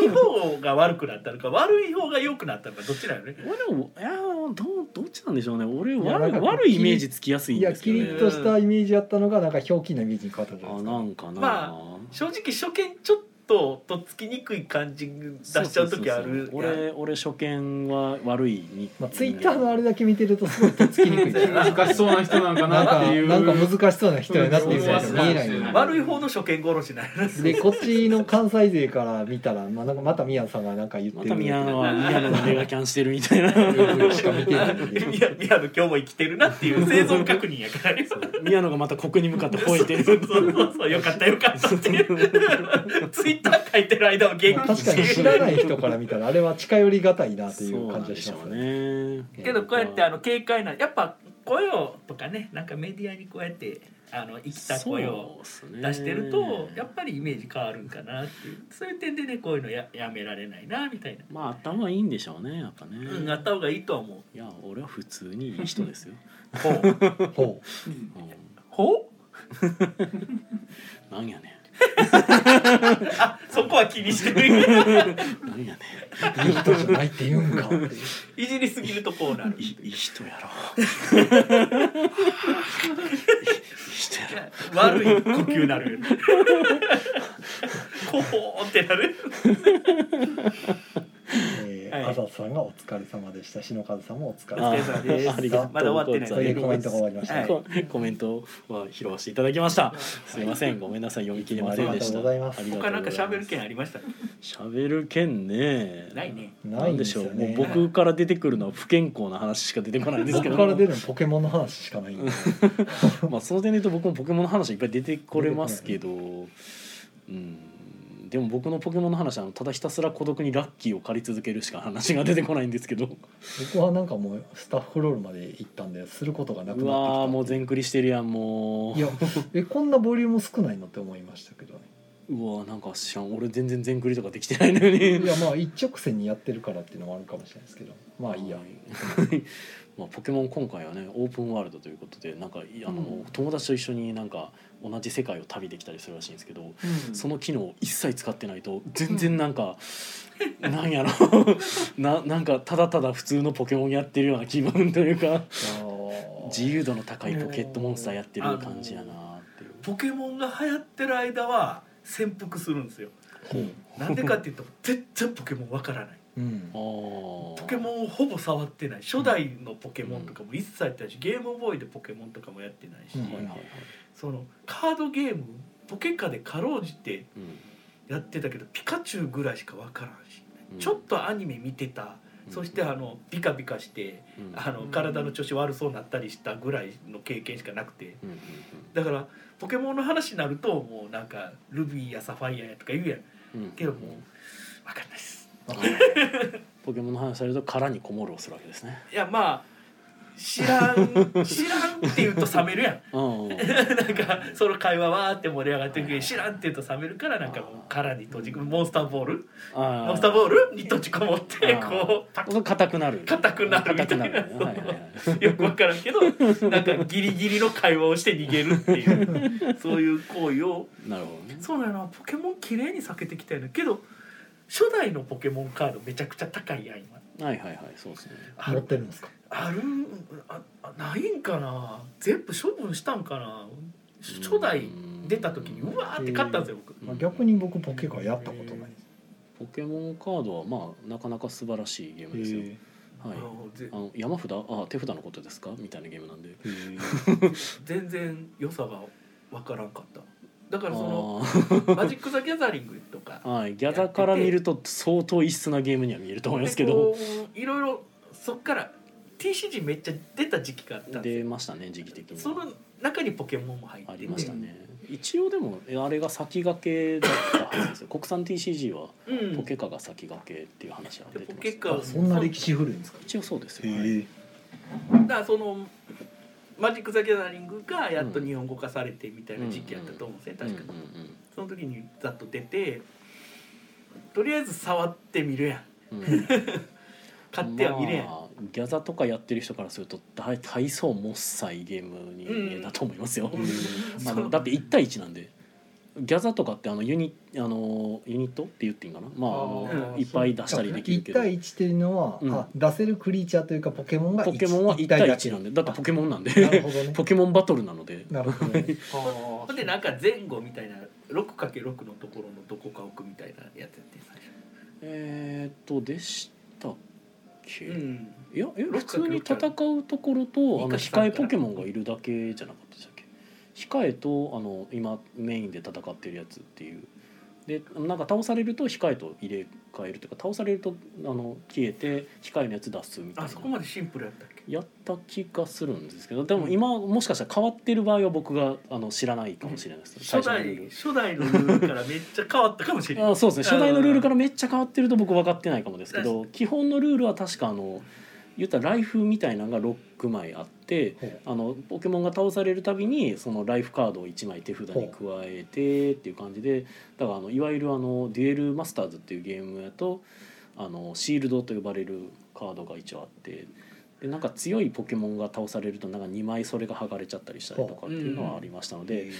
い方が悪くなったのか悪い方が良くなったのかどっちだよね
俺でもいやどうどっちなんでしょうね俺
いや
悪い
なんか
悪いイメージつきやすいん
いや
です
キ
けど
リ
ね
ッとしたイメージやったのがなんかひょうきんなイメージに変わったじゃない
あ
です
な
か
んかな、
ま正直初見ちょっととっつきにくい感じ出しちゃう時あ
そうそうそうそ
る
う俺俺初見は悪いに、
まあ、ツイッターのあれだけ見てるとすごいとっつきにくいですよね
難しそうな人なんか
なん
なっ
か
ていう
なんか難しそうな人やなっていうのが見えない
うん
悪い方の初見殺しなんやな
でこっちの関西勢から見たら、まあ、なんかまた宮野さんがなんか言って
ま
る
た宮野は宮野の目がキャンしてるみたい な
しか見てないんで
宮宮野今日も生きてるなっていう生存確認やからね
宮野がまた国に向かって吠えてる
そうそうそうよかったよかったっていうツイッッター書いてる間は元
まあ
気に
確かに
して
知
る
らない人から見たらあれは近寄りがたいなとい
そううな
感
ん
じ
で
がし
しょ
ます
う
ね。
ね。
ええ
けどこうやってあの警戒なやっぱ声をとかねなんかメディアにこうやってあの生きた声を出
出
してるとやっぱりイメージ変わるんかなっていうそういう点でねこういうのややめられないなみたいな、
まあ頭いいんでしょうねやっぱね。
うん、やった方がいいとは思う
いや俺は普通にいい人 ですよ。
ほう
ほ
うん
うん
ほう
なんやね
あそこは気にしてる
んなんやね
ういい人じゃないって言 うんかっていう
いじりすぎるとこうなる
んいいい人やろ。いい人やろ。
悪い呼吸な るこほーってなる
え
はい
ー、あざさんがお疲れ様でした篠和さんもお疲れ
あ
様
お疲れ様です
あありがとう
まだ終わってない
というコメントが終わりました、
はい
ココメントは拾わせていただきました。すいません、ごめんなさい、読み切れませんでした。
ありがとうございます
ありがと
他
う
なんか
ございます
喋る件ありました
喋る件ね。
ない。ね
ないん
で
で
し
す
ょ
よ
う。もう
ね
僕から出てくるのは不健康な話しか出てこないんですけ
僕
ど。
から出るのポケモンの話しかないんで
まあその点で言うと僕もポケモンの話いっぱい出てこれますけど、うん、でも僕のポケモンの話はあのただひたすら孤独にラッキーを借り続けるしか話が出てこないんですけど、
僕はなんかもうスタッフロールまで行ったんですることがなくなって
う
きた
わーもう全クリしてるやんもう。
いやえこんなボリューム少ないのって思いましたけどね
うわーなんか知らん俺全然全クリとかできてないのに
い。やまあ一直線にやってるからっていうのもあるかもしれないですけどまあいいや
はい。 まあポケモン今回はねオープンワールドということでなんかいあの、
うん
友達と一緒になんか同じ世界を旅できたりするらしいんですけど、
うん
その機能を一切使ってないと全然なん か、なんやろ ななんかただただ普通のポケモンやってるような気分というか自由度の高いポケットモンスターやってる感じやなっていう。
ポケモンが流行ってる間は潜伏するんですよなんでかっていうと全然ポケモンわ からない
うん
ポ
ポケモ
ン
ンをほぼ触ってない初代のポケモンとかも一切やってないしゲームボーイでポケモンとかもやってないし、
うん
はいはいはい
そのカードゲームポケカでかろうじて
うん
やってたけどピカチュウぐらいしかわからんし、
うん
ちょっとアニメ見てた、そしてあのビカビカして
うん
あの体の調子悪そうになったりしたぐらいの経験しかなくて
うんうんうん
だからポケモンの話になるともうなんかルビーやサファイアやとか言うやん
うん
けどもうわかんないです
ポケモンの話されると殻にこもるをするわけですね。
いやまあ知 らん知らんって言うと冷めるやん
うん、なん
なんかその会話わーって盛り上がってるけ
はい
ど知らんって言うと冷めるからなんかもう殻に閉じ込めモンスターボールモ
モ
ンスターボールに閉じこもってこうパクッ
硬くなる
硬くなるみた
硬く
いな
なるねはいはいはい
よくわからんけどなんかギリギリの会話をして逃げるって いうそういう行為を
なるほどね
そうやなポケモン綺麗に避けてきたよねけど初代のポケモンカードめちゃくちゃ高いやん今
はいはいはいそうですね
あ
持っ
る
てるんですか
あるんああないんかな全部処分したんかな初代出た時にうわーって買ったんですよ僕
うん
まあ逆に僕ポケカやったことないです
ポケモンカードはまあなかなか素晴らしいゲームですよ
へ
はい
あのぜ
あの山札あ手札のことですかみたいなゲームなんで
え
全然良さが分からんかっただからその
あー
マジック・ザ・ギャザリング とか
はいギャザから見ると相当異質なゲームには見えると思いますけど
でこういろいろそっから TCG めっちゃ出た時期があったんで
出ましたね時期的に
すよその中にポケモンも入って
あ
て
りましたね一応でもえあれが先駆けだったはずですよ国産 TCG は
うん
ポケカが先駆けっていう話は出
で
て
ポ
ま
ケ
した
カ
そんな歴史古いんですか
一応そうですよ、はい
へ
だからそのマジック・ザ・ギャザリングがやっと日本語化されてみたいな時期やったと思うんですね、
うんうん
確か、その時にざっと出てとりあえず触ってみるやん
うんうん
買っては見れやん、
まあギャザとかやってる人からすると大大層もっさいゲームに
うんうん
だと思いますよ、
うん
あ
そ
の
う
だって1対1なんでギャザとかってあのユニあのユニットって言っていいんかなまああの
あー
いっぱい出したりできるけ
1
ど
対1っていうのは、
うん
あ出せるクリーチャーというかポケモンが
ポケモンは1対1なんでだってポケモンなん
なる
で
ほどね
ポケモンバトルなの で
なるほどね
あ
ほんでなんか前後みたいな 6×6 のところのどこか置くみたいなやつやって最初
えーっとでしたっけ、
うん
いやえ
ロッ
普
ク
通に戦うところとあの控えポケモンがいるだけじゃなかったでしたっけ控えとあの今メインで戦ってるやつっていうでなんか倒されると控えと入れ替えるというか倒されるとあの消えて控えのやつ出すみたい
あ
な
そこまでシンプルやったっけ
やった気がするんですけどでも今もしかしたら変わってる場合は僕があの知らないかもしれないです
初
の
代
ルール
初代のルールからめっちゃ変わったかもしれない
あそうですね初代のルールからめっちゃ変わってると僕分かってないかもですけど基本のルールは確かあの言ったらライフみたいなのが6枚あって
ほう
あのポケモンが倒されるたびにそのライフカードを1枚手札に加えてっていう感じでだからあのいわゆるあのデュエルマスターズっていうゲームやとあのシールドと呼ばれるカードが一応あってでなんか強いポケモンが倒されるとなんか2枚それが剥がれちゃったりしたりとかっていうのはありましたので。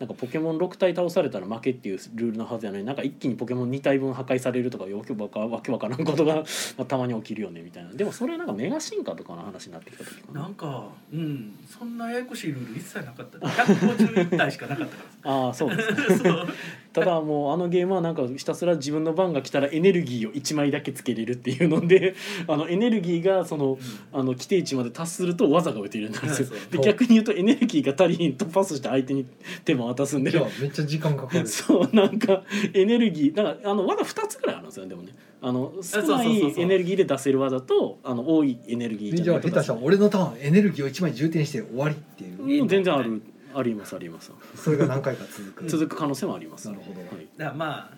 なんかポケモン6体倒されたら負けっていうルールのはずやのになんか一気にポケモン2体分破壊されるとかよくわかわけわからんことがまあたまに起きるよねみたいなでもそれはなんかメガ進化とかの話になってきた時かな
なんかうんそんなややこしいルール一切なかった151体しかなかったか
ああそうですね
らそう
ただもうあのゲームはなんかひたすら自分の番が来たらエネルギーを1枚だけつけれるっていうのであのエネルギーがそのあの規定値まで達すると技が打てるようになるんですよ
そうそう
で逆に言うとエネルギーが足りひんとパスして相手に手も渡すんで
じゃあめっちゃ時間かかる
そうなんかエネルギーだからあの技2つぐらいあるんですよねでもねあの少
そう
な
そうそう
い
そう
エネルギーで出せる技とあの多いエネルギー
じ
じゃ
ゃ
ないと
あ下
出
手
せ
した
な
ら
い
俺のターンエネルギーを1枚充填して終わりっていう
うん全然あるありますあります
それが何回か続く
続く可能性もあります、
なるほど
はい、
だからまあ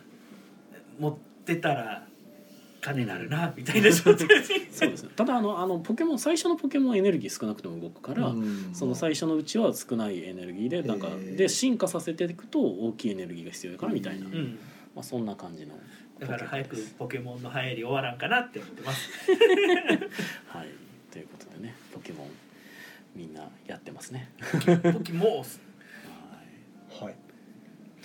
持ってたら金なるなみたいな状態で
そうですねただあのあのポケモン最初のポケモンはエネルギー少なくても動くから、
うん
その最初のうちは少ないエネルギーでなんか
へー
で進化させていくと大きいエネルギーが必要だからみたいな、
う
うん
まあ、そんな感じの
だから早
ポケ
く
モンです
ポケモンの流行り終わらんかなって思ってます
はいということでねポケモンみんなやってますね
ポケモス
はい
はい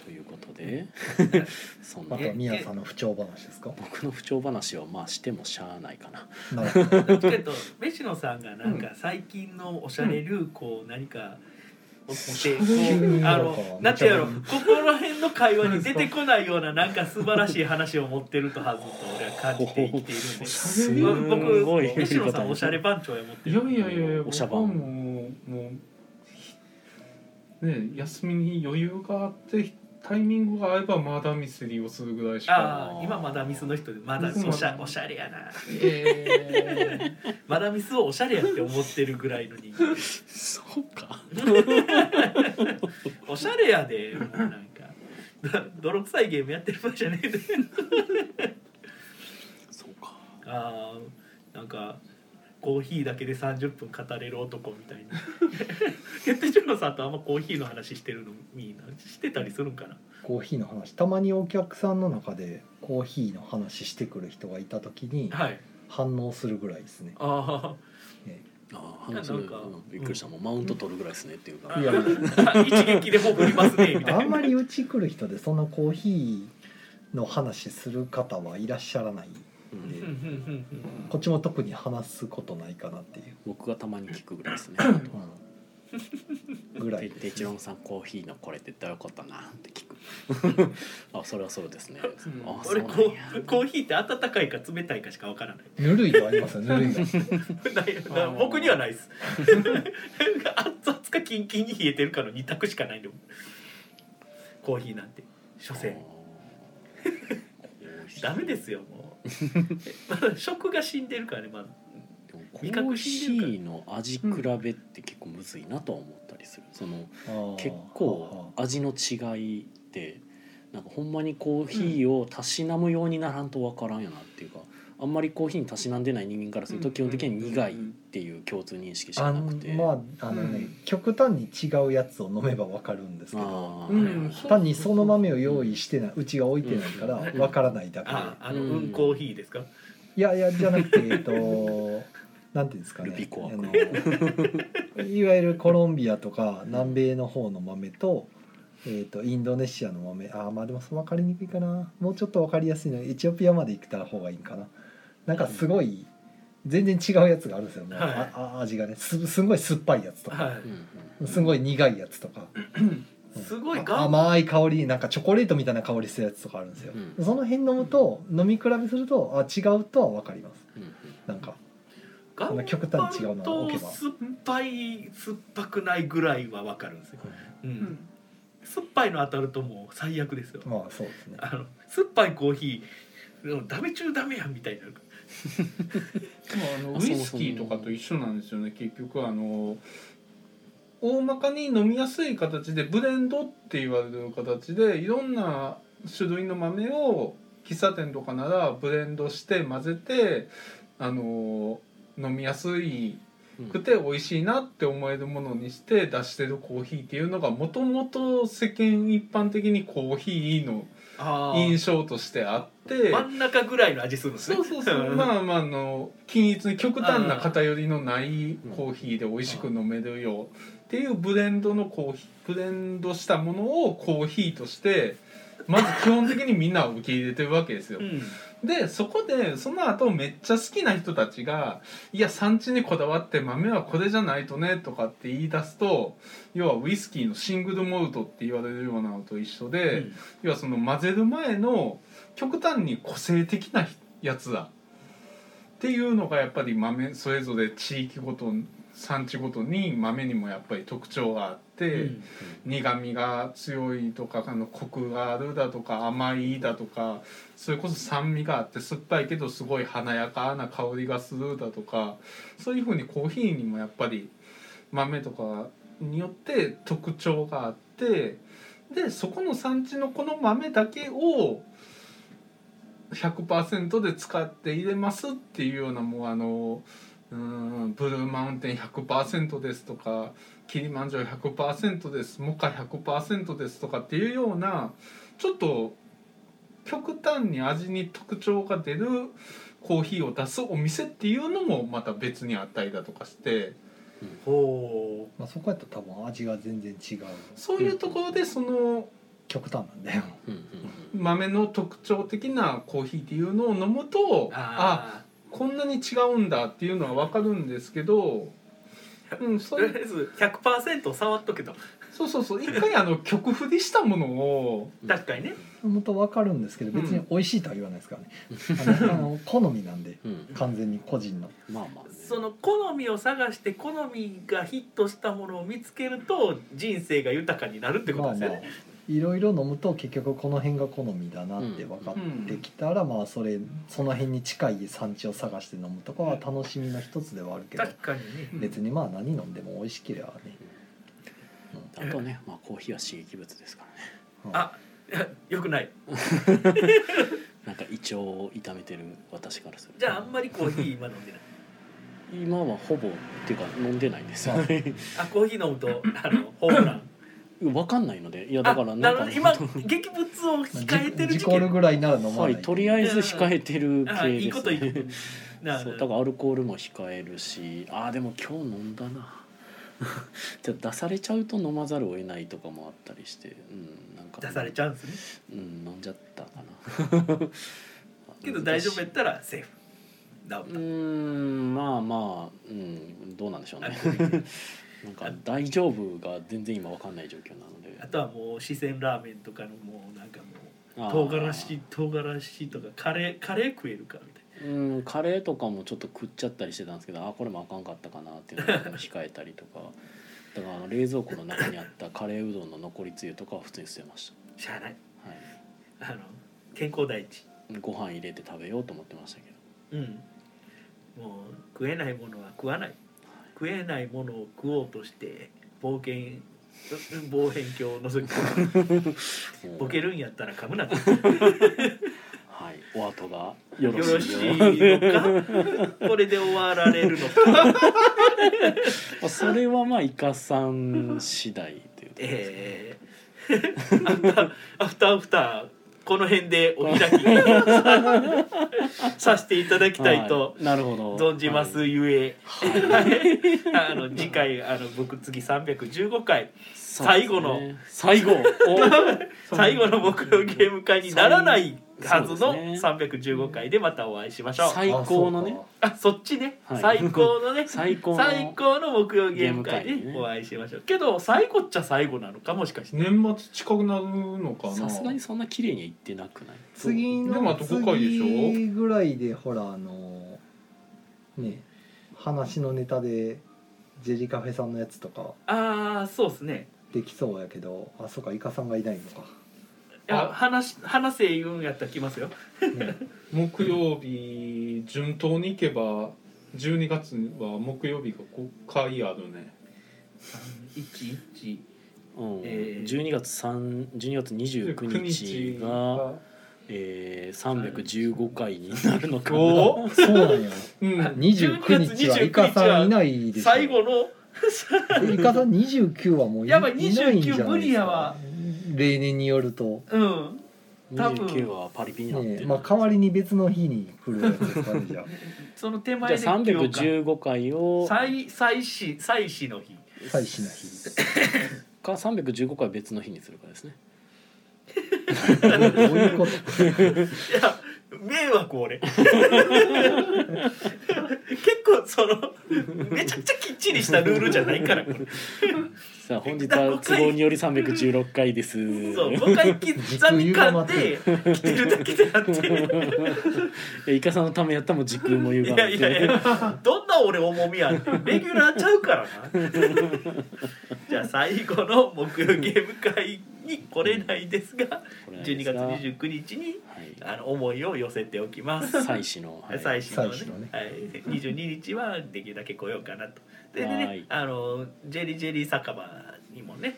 ということで そん
ま
な
た
え
宮さんの不調話ですか
僕の不調話はまあしてもしゃあないかな
なるほど
どっちかというと飯野さんがなんか最近のおしゃれ流行を何かをして、こうあのなんていうやろここら辺の会話に出てこないようななんか素晴らしい話を持ってるとはずと俺は感じて生きているんで。
す
僕
すごい
飯野さんおしゃれ番長や持って
いや
る
いやいやいや
おしゃ
僕
ばん
はもうもうね休みに余裕があってタイミングが合えばまだミステリーをするぐらいしか
ああ今まだミスの人でまだおしゃおしゃれやな
え
まだミスをおしゃれやって思ってるぐらいの人間
そうか
おしゃれやでもうなんか ど泥臭いゲームやってる場合じゃねえで
そうか
あーなんかコーヒーだけで30分語れる男みたいなヘッテジョロさんとあんまコーヒーの話してるのみんなしてたりするんかな
コーヒーの話たまにお客さんの中でコーヒーの話してくる人がいた時に
はい
反応するぐらいですね
あ
ね
あー話す
い
る
やなんか
うんびっくりしたもうマウント取るぐらいですねっていうか
あ
いや
一撃でも振りますねみたいな
あんまりうち来る人でそんなコーヒーの話する方はいらっしゃらない
うん
うんうんうんうん
こっちも特に話すことないかなっていう、
僕がたまに聞くぐらいですね
うん、ぐら
て
い
て一郎さんコーヒーのこれってどういうことなんって聞くあそれはそうですね
ん
あそう
俺
なん
こ
や
うコーヒーって温かいか冷たいかしかわからない
ぬるいがありますよぬるいが
ないだから 僕にはないです熱々かキンキンに冷えてるかの2択しかないのコーヒーなんて所詮ダメですよもうまだ食が死んでるからねまだ
でもコ
味覚
ー
死
ヒ
んでるから
ーの味比べって結構むずいなとは思ったりするその結構
あ
味の違いってなんかほんまにコーヒーをたしなむようにならんとわからんやなっていうかあんまりコーヒーにたしなんでない人間からすると基本的に苦いっていう共通認識し
あ
かなくて。
んまああのね、
うん
極端に違うやつを飲めばわかるんですけど
あー
うん
単にその豆を用意してないうちが置いてないから
うん
わからないだけで、
ああの、
うん
うんコーヒーですか
いやいやじゃなくてえっとなんていうんですかね
ルピコア
あのいわゆるコロンビアとか南米の方の豆と,、えっとインドネシアの豆あーまあでもそう分かりにくいかなもうちょっと分かりやすいのはエチオピアまで行った方がいいんかななんかすごい、全然違うやつがあるんですよ、もう
はい
ああ味がねすすんごい酸っぱいやつとか、
は
うん
すごい苦いやつとか
いすごい
あ
がん
甘い香りなんかチョコレートみたいな香りするやつとかあるんですよ、
うん
その辺飲むと飲み比べするとあ違うとは分かります
うんうん
なんか
がん
極端に違うのを
と
置けば
酸っぱい酸っぱくないぐらいはわかるんですよ、
は
うん
うん
酸っぱいの当たるともう最悪ですよ
まあそうですね
あの酸っぱいコーヒーでもダメ中ダメやんみたいになるか
もあの
あ
ウイスキーとかと一緒なんですよね結局あの大まかに飲みやすい形でブレンドって言われる形でいろんな種類の豆を喫茶店とかならブレンドして混ぜてあの飲みやすいくて美味しいなって思えるものにして出してるコーヒーっていうのがもともと世間一般的にコーヒーの
ら
印象としてあって
真ん中ぐらいの味するんですね
そうそうそう
ん
まあまああの均一に極端な偏りのないコーヒーで美味しく飲めるよっていうブレンドのコーヒーブレンドしたものをコーヒーとしてまず基本的にみんなを受け入れてるわけですよ
う。ん
でそこでその後めっちゃ好きな人たちが「いや産地にこだわって豆はこれじゃないとね」とかって言い出すと要はウイスキーのシングルモルトって言われるようなのと一緒
う
で。
ん
要はその混ぜる前の極端に個性的なやつだっていうのがやっぱり豆それぞれ地域ごと産地ごとに豆にもやっぱり特徴があって、
うん
苦味が強いとかあのコクがあるだとか甘いだとかそれこそ酸味があって酸っぱいけどすごい華やかな香りがするだとかそういうふうにコーヒーにもやっぱり豆とかによって特徴があってでそこの産地のこの豆だけを100%で使って入れますっていうようなもうあのうーんブルーマウンテン100%ですとかキリマンジャロ100%ですモカ100%ですとかっていうようなちょっと極端に味に特徴が出るコーヒーを出すお店っていうのもまた別にあったりだとかして
ほ
まあそこやったら多分味が全然違う
そういうところでその
極端なんだよ
うんうん
豆の特徴的なコーヒーっていうのを飲むと
う
あ
あ
こんなに違うんだっていうのは分かるんですけど、うん、
あと
そ
りあ
れ
えず100%触っとけと
そうそうそう一回あの曲振りしたものを
うん
確かにね
もっとわかるんですけど別に美味しいとは言わないですからね、あのあの好みなんで
うん
完全に個人の
まあまあね
その好みを探して好みがヒットしたものを見つけると人生が豊かになるってことですよね、
いろいろ飲むと結局この辺が好みだなって分かってきたら、まあそれその辺に近い産地を探して飲むとかは楽しみの一つではあるけど
確かにね
うん
別にまあ何飲んでも美味しければね、
あとね、まあ、コーヒーは刺激物ですからね
うん
あよくない
なんか胃腸を痛めてる私からすると
じゃああんまりコーヒー今飲んでない
今はほぼっていうか飲んでないんですよ
まあ
ね
あコーヒー飲むとあのホームラン
わかんないのでいや
あ
だから
な
なん
る
か
ほど今劇物を控えてる
事
時
故る
期
ぐらいなら飲ま
は
ない
いとりあえず控えてる
あ
系
いい
で
こ
す
といいこ
ね
とな
そう
る
だ
ほ
か
ど
らアルコールも控えるしああでも今日飲んだなじゃあ出されちゃうと飲まざるを得ないとかもあったりしてうんなんか
出されちゃうんです
う
ね
ん飲んじゃったかな
けど大丈夫やったらセーフダ
う
ウ
ー
ン
んまあまあうんどうなんでしょう
だ
ねなんか大丈夫が全然今わかんない状況なので
あとはもう四川ラーメンとかのもうなんかも
あー
う唐辛子唐辛子とかカレーカレー食えるかみたい
うんカレーとかもちょっと食っちゃったりしてたんですけどあこれもあかんかったかなっていうのを控えたりとかだからあの冷蔵庫の中にあったカレーうどんの残りつゆとかは普通に捨てまし
なしゃあない
た、は
あの健康第一
い、ご飯入れて食べようと思ってましたけど
うんもう食えないものは食わない食えないものを食おうとして冒険う望遠鏡を覗き 込む
もう
ボケるんやったら噛むなって
はいお後がよ
よ
ろ
ろ
し
し
いよ
いのかこれで終わられるのか
まあそれはまあイカさん次第っていうところですね
えー、アフター アフターアフターこの辺でお開きさせていただきたいと
はいなるほど
存じます
はい
ゆえ、
はい
あの次回あの僕次315回
そうですね
最後の
最後
最後の目標ゲーム会にならないはず
そう
の
ですね
315回でまたお会いしましょう
お。最高の
あ
ね
そうか
あそっちね、
はい
最高のね
最高の
最高の木曜ゲーム会
ゲーム会
で
ね
お会いしましょう、けど最後っちゃ最後なのかもしかして
年末近くなるのかな
さすがにそんな綺麗にはいってなくない
次
でもあ
の
と5回でしょ
次ぐらいでほらあのね話のネタでジェリカフェさんのやつとか
ああそうですね
ってきそうやけどあそうかイカさんがいないのか、
や
あ
話し話せ言うんやったら来ますよ
ね、
木曜日順当に行けば12月は木曜日が5回あるね
311
うん
えー
12月3 12月29日が、えー、315回になるのかな
おお
そうなん や
うん
29日はイカさんいないでしょ
最後の
イカさん29はもうい
やばい
いないんじゃないですか
29無理やわ
例年によると、
うん多分
29はパリピになってる、
ねまあ、代わりに別の日に来るやつですかね じゃあ
その手
じゃ
前
あ
で9日
315回を
祭祭祀祭祀の日
最新な日
か315回は別の日にするかですね
どういうこと
いや迷 惑俺結構そのめちゃくちゃきっちりしたルールじゃないからこれ
さあ本日は都合により316回です
そう5回刻み感で来てるだけであって
えイカさんのためやったらもう時空も歪ん
い
で
やいやいやどんな俺重みやねんレギュラーちゃうからなじゃあ最後の木曜ゲーム会に来れないですが
これなんです
12月
が
29日に
は
あの思いを寄せておきます
い祭祀の、はい
最新のね
祭祀のね
はい、22日はできるだけ来ようかなとでで
は
ね
い
あのジェリージェリー酒場にもね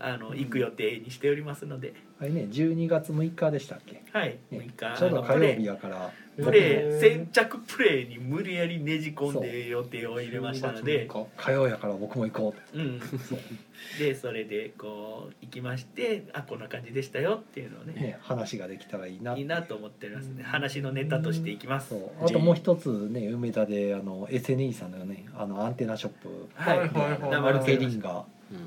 うん
あの行く予定にしておりますので
あれね12月6日でしたっけ、
はいもう
ね
一回、
ちょう
あ
ど
の
火
プ
曜
レ
日
イ
やから
プレ
へ
イ
ー
先着プレイに無理やりねじ込んで予定を入れましたので
12
火曜やから僕も行こう
うん、でそれでこう行きましてあこんな感じでしたよっていうのを
と、
ね
ね、話ができたらいいない
いなと思ってますね話のネタとしていきます
そうあともう一つね梅田であの SNE さんのねあのアンテナショップ
はい
はいはいはい
アルケリンガ、
うん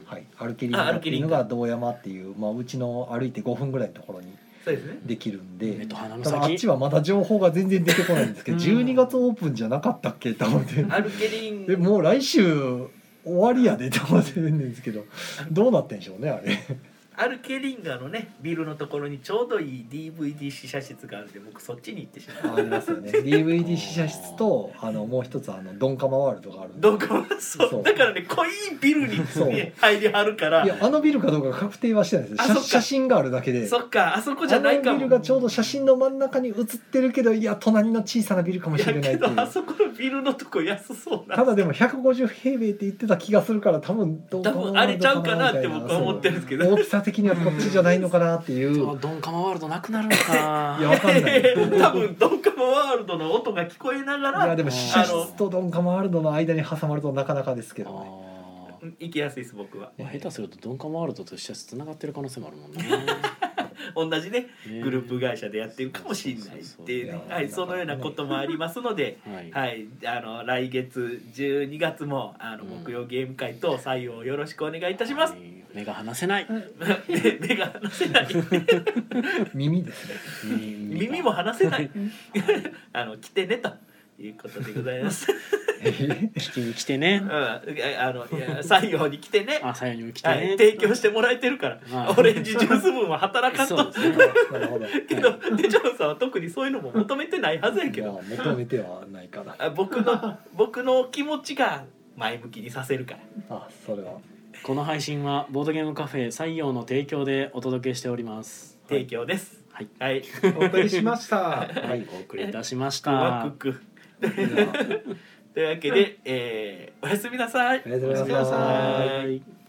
はい、アルケリンガっていうの
あア
が堂山っていう、まあ、うちの歩いて5分ぐらいのところに
そうですね
できるん
目
で
と鼻の
ただあっ
先
ちはまだ情報が全然出てこないんですけど、
うん
12月オープンじゃなかったっけと思って
アルケリン
でもう来週終わりやでと思ってるんですけどどうなってんでしょうねあれ
アルケリンガのねビルのところにちょうどいい DVD 試写室があるんで僕そっちに行ってしまう
あります よね DVD 試写室とあのもう一つあのドンカマワールドがあるんで
どこもそう
そう
だからね濃いビルに、
そう
ね、入りはるか
いや
ら
あのビルかどうか確定はしてないです
あ
写
そっか
写真があるだけで
そっかあそこじゃないか
あのビ
も
ルがちょうど写真の真ん中に写ってるけどいや隣の小さなビルかも
い
しれな
や
いってい
け
う
どあそこのビルのとこ安そうな
ただでも150平米って言ってた気がするから多分どう
多分あれちゃうかなって
どう
僕は思ってるんですけど
そう大きさ的にはこっちじゃないのかなって いう
そうドンカマワールドなくなるのか
いやわかんない
多分ドンカマワールドの音が聞こえなが
いや
ら
でも試写室とドンカマワールドの間に挟まるとなかなかですけ
あ
どね
ー
うん行きやすいです僕は
まあ下手するとドンカマワールドとしてはつながってる可能性もあるもんね
同じね
ね
グループ会社でやってるかもしれないっていうね
そうそうそう
はいそのようなこともありますので
はい、
はい、あの来月12月もあの
うん
木曜ゲーム会と採用をよろしくお願いいたします
は。い目が離せない
目目が離せない、
耳ですね
耳も離せない。 あの来てねということでございます。
聞きに来てね
うん、あのいや採用に来てね。
あさよにも来て
は
ね
い、提供してもらえてるから、
はい
オレンジジュース分は働かん
そうで。
と
すね
なるほど
けど、デジョンさんは特にそういうのも求めてないはずやけ
ま
ど
あ、求めてはないかな
あ僕の僕の気持ちが前向きにさせるから。
あそれは
この配信はボードゲームカフェ採用の提供でお届けしております
提供です。
はい、
はい。
お送りしました
はい
お送りいたしまし
クワ
た
クク。
では
というわけで、えーおやすみなさい
お。やすみ
おや
な
すみな
さ
さ
い
い